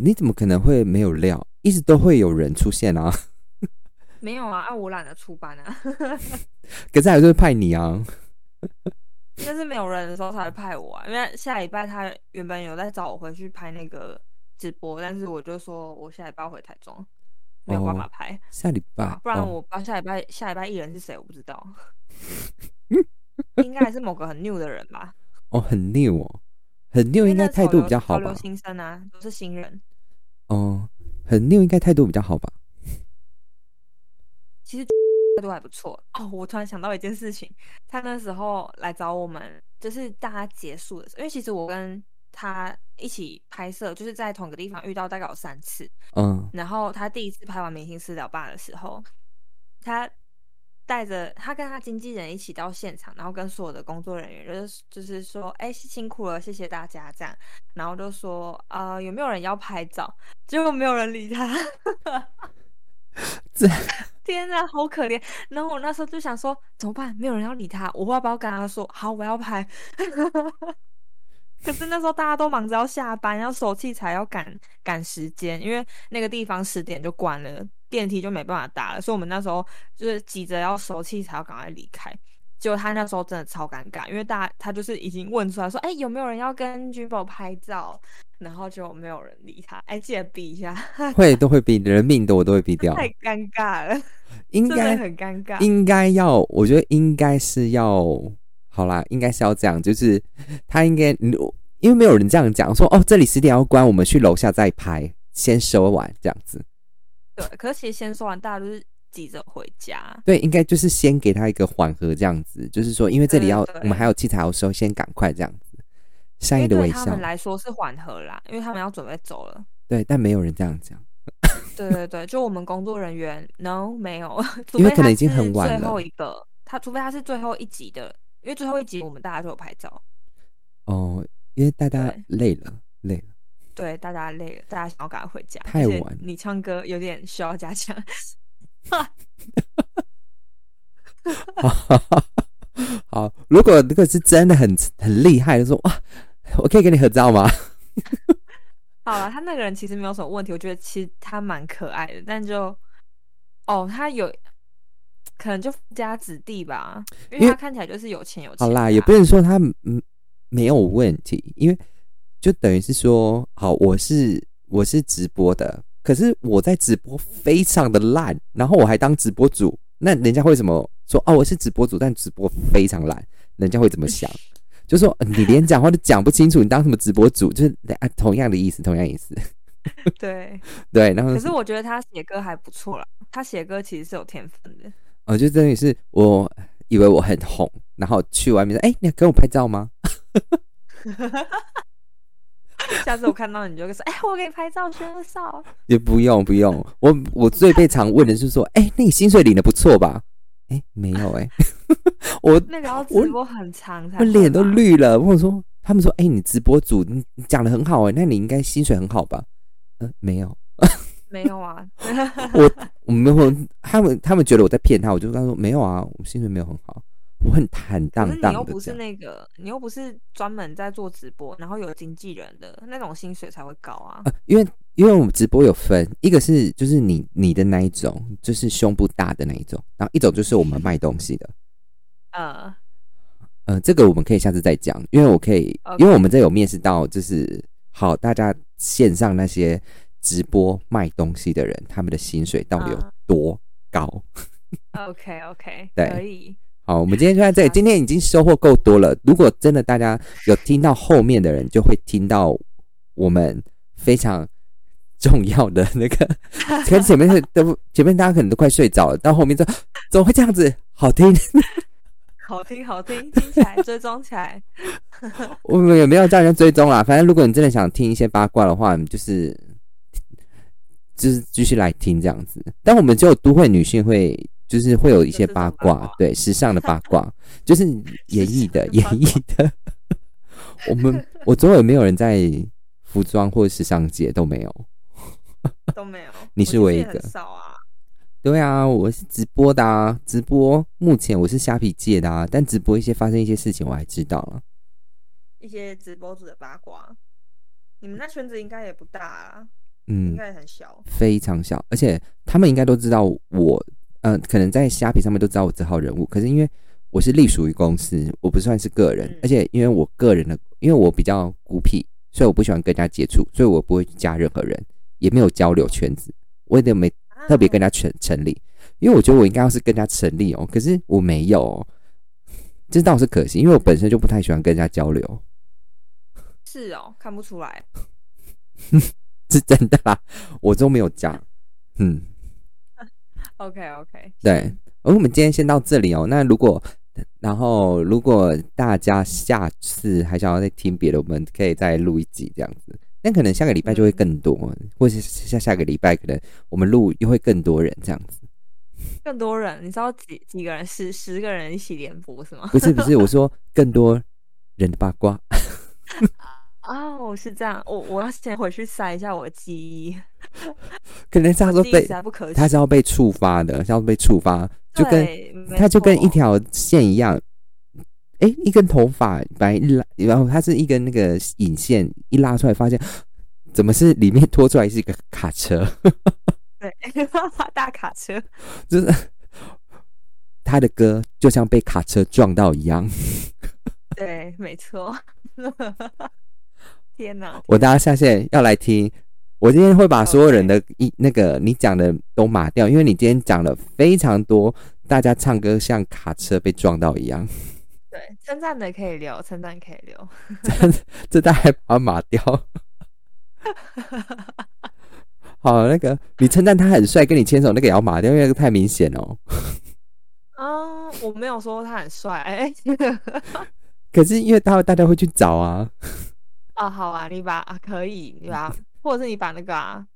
B: 你怎么可能会没有料？一直都会有人出现啊，
A: 没有啊，啊我懒得出班啊，
B: 可是还是会派你啊。
A: 但是没有人的时候才会派我啊。因为下礼拜他原本有在找我回去拍那个直播，但是我就说我下礼拜要回台中，没有办
B: 哦
A: 法拍。
B: 下礼拜，
A: 啊不然
B: 哦
A: 我不知道下礼拜、下礼拜艺人是谁，我不知 道。应该还是某个很 new 的人吧，
B: 哦，很 new 哦，很 new 应该
A: 那
B: 态
A: 潮
B: 度
A: 流
B: 比较好
A: 潮流
B: 吧？
A: 新生啊，都是新人。
B: 哦，很 new 应该态度比较好吧？
A: 其实都还不错哦。我突然想到一件事情，他那时候来找我们，就是大家结束的时候，因为其实我跟他一起拍摄，就是在同一个地方遇到大概有三次。
B: 嗯，
A: 然后他第一次拍完《明星私聊吧》的时候，他带着他跟他经纪人一起到现场，然后跟所有的工作人员就是就是说，哎、辛苦了，谢谢大家这样，然后就说啊、呃有没有人要拍照？结果没有人理他，
B: 这
A: 天哪，好可怜。然后我那时候就想说，怎么办？没有人要理他，我要不要跟他说，好，我要拍？可是那时候大家都忙着要下班，要收器材，要赶赶时间，因为那个地方十点就关了，电梯就没办法搭了，所以我们那时候就是急着要收器材，要赶快离开。结果他那时候真的超尴尬，因为大家他就是已经问出来说，哎、有没有人要跟君宝拍照？然后就没有人理他，哎、记得比一下，
B: 会都会比人命的我都会比掉，
A: 太尴尬了，
B: 应
A: 真的
B: 该
A: 很尴尬。
B: 应该要，我觉得应该是要，好啦，应该是要这样，就是他应该，嗯因为没有人这样讲，说哦这里十点要关，我们去楼下再拍，先收完这样子。
A: 对，可是其实先说完，大家就是急着回家。
B: 对，应该就是先给他一个缓和，这样子，就是说，因为这里
A: 对
B: 要
A: 对对
B: 我们还有器材要收，先赶快这样子，善
A: 因为
B: 意的
A: 对
B: 微
A: 他
B: 笑
A: 们。来说是缓和啦，因为他们要准备走了。
B: 对，但没有人这样讲。
A: 对对对，就我们工作人员，no 没有， 除
B: 因为
A: 非
B: 可能
A: 他
B: 已经
A: 是
B: 很晚
A: 最
B: 了
A: 后一个，他除非他是最后一集的，因为最后一集我们大家都有拍照，
B: 哦，因为大家
A: 对
B: 累了，累了。
A: 对，大家累了，大家想要赶快回家，
B: 太
A: 而且
B: 晚了
A: 你唱歌有点需要加强，
B: 好，如果这个是真的很很厉害，就说哇，我可以跟你合照吗？
A: 好了，他那个人其实没有什么问题，我觉得其实他蛮可爱的，但就哦，他有可能就富家子弟吧，因
B: 因
A: 为
B: 为
A: 他看起来就是有钱有钱
B: 好
A: 的啊、
B: 啦，也不能说他嗯没有问题，因为就等于是说，好，我是我是直播的，可是我在直播非常的烂，然后我还当直播主，那人家会怎么说？哦，我是直播主，但直播非常烂，人家会怎 么想？就说、呃你连讲话都讲不清楚，你当什么直播主？就是、啊、同样的意思，同样意思。
A: 对。
B: 对，然后
A: 可是我觉得他写歌还不错啦，他写歌其实是有天分的。
B: 哦，就真的是我以为我很红，然后去外面说，哎、你要跟我拍照吗？
A: 下次我看到你就会说，哎、我给你拍照宣少。
B: 也不用不用，我我最被常问的是说，哎、那你薪水领的不错吧？哎、没有哎、 我
A: 那个要
B: 我
A: 直播很长才
B: 我脸都
A: 会吧。
B: 绿了。我说，他们说，哎、你直播主你你讲的很好哎、那你应该薪水很好吧？嗯、没有，
A: 没有啊，
B: 我我没有，他们他们觉得我在骗他，我就跟他说没有啊，我薪水没有很好，我很坦
A: 可
B: 荡
A: 是你
B: 荡
A: 又
B: 的
A: 不
B: 这
A: 是
B: 样。
A: 那个，你又不是专门在做直播，然后有经纪人的那种薪水才会高啊。
B: 啊，因为因为我们直播有分，一个是就是你你的那一种，就是胸部大的那一种，然后一种就是我们卖东西的。
A: 呃，
B: 啊呃，这个我们可以下次再讲，因为我可以
A: OK
B: 因为我们这有面试到，就是好大家线上那些直播卖东西的人，他们的薪水到底有
A: 嗯
B: 多高？
A: OK OK，
B: 对
A: 呃可以。
B: 好，我们今天就在这里。今天已经收获够多了。如果真的大家有听到后面的人，就会听到我们非常 重要的那个，可能前面是都前面大家可能都快睡着了，到后面就啊怎么会这样子？好听，
A: 好听好听，听起来追踪起 来。
B: 我们也没有叫人家追踪啦。反正如果你真的想听一些八卦的话，你就是就是继续来听这样子。但我们只有都会女性会，就是会有一些八
A: 有这种八
B: 卦
A: 卦，
B: 对时尚的八 卦，就是演绎的
A: 时
B: 演
A: 尚的八卦
B: 绎的。 我们我周围没有人在服装或时尚界都没有。
A: 都没有，
B: 你是唯一一
A: 我其实也
B: 个
A: 很少啊。
B: 对啊，我是直播的啊，直播目前我是虾皮界的啊，但直播一些发生一些事情我还知道了。
A: 一些直播主的八卦，你们那圈子应该也不大啊，应
B: 嗯，
A: 该也很小。
B: 非常小，而且他们应该都知道我，呃，可能在虾皮上面都知道我这号人物。可是因为我是隶属于公司，我不算是个人，
A: 嗯
B: 而且因为我个人的，因为我比较孤僻，所以我不喜欢跟人家接触，所以我不会去加任何人，也没有交流圈子，我也没特
A: 啊
B: 别跟人家成成立，因为我觉得我应该要是跟人家成立哦，可是我没有、哦，这倒是可惜，因为我本身就不太喜欢跟人家交流，
A: 是哦，看不出来。
B: 是真的啦，我都没有加，嗯。
A: OK OK，
B: 对，而我们今天先到这里哦。那如果，然后如果大家下次还想要再听别的，我们可以再录一集这样子。但可能下个礼拜就会更多，或是下下个礼拜可能我们录又会更多人这样子。
A: 更多人，你知道几几个人？十十个人一起联播是吗？
B: 不是不是，我说更多人的八卦。
A: 哦，是这样。我我要先回去筛一下我的记忆，
B: 可能他说
A: 记忆
B: 被
A: 实在不可取。
B: 他是要被触发的，是要被触发，就跟
A: 对没
B: 它就跟一
A: 错
B: 条线一样，诶，一根头发白拉，然后它是一根那个引线一拉出来，发现怎么是里面拖出来是一个卡车，
A: 对 大卡车。
B: 就是他的歌就像被卡车撞到一样。
A: 对，没错。 天哪！
B: 我大家下线要来听，我今天会把所有人的一那个你讲的都码掉，因为你今天讲了非常多，大家唱歌像卡车被撞到一样，
A: 对，称赞的可以留，称赞可以留。
B: 这大家还把它码掉。 好，那个你称赞他很帅，跟你牵手那个也要码掉，因为那个太明显哦。
A: 嗯，我没有说他很帅。 哎、
B: 可是因为大大家会去找啊，
A: 哦啊，好啊，你把啊可以，你把，或者是你把那个啊，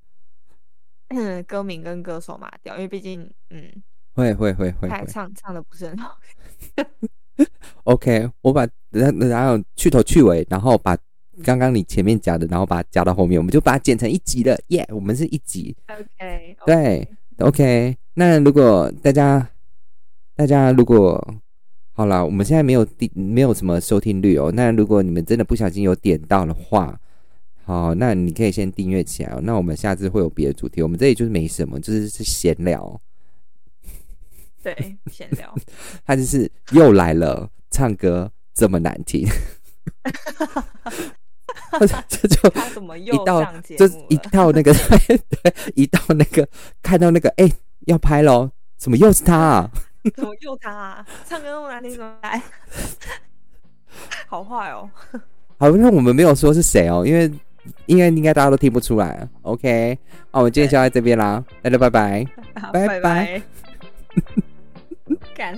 A: 嗯歌名跟歌手码掉，因为毕竟嗯，
B: 会会会会
A: 他
B: 会
A: 唱唱的不是很好。
B: ，OK，我把然然后去头去尾，然后把刚刚你前面讲的，然后把它加到后面，我们就把它剪成一集了，耶、我们是一集。
A: OK，
B: 对，OK，那如果大家大家如果好了，我们现在没有第没有什么收听率哦。那如果你们真的不小心有点到的话，好，那你可以先订阅起来、哦。那我们下次会有别的主题，我们这里就是没什么，就是是闲聊。哦
A: 对，闲聊。
B: 他就是又来了，唱歌这么难听，这就
A: 他怎么又
B: 一到
A: 上节
B: 就是
A: 目
B: 一
A: 了？
B: 到那个 对，一到那个看到那个哎、要拍喽，怎么又是他、啊？
A: 怎么又他、啊？唱歌那么难听，怎么来？ 好坏哦，
B: 好，那我们没有说是谁哦，因为应该应该大家都听不出来。OK，那我们今天就到这边啦，大家拜拜。
A: 好
B: 拜
A: 拜。干。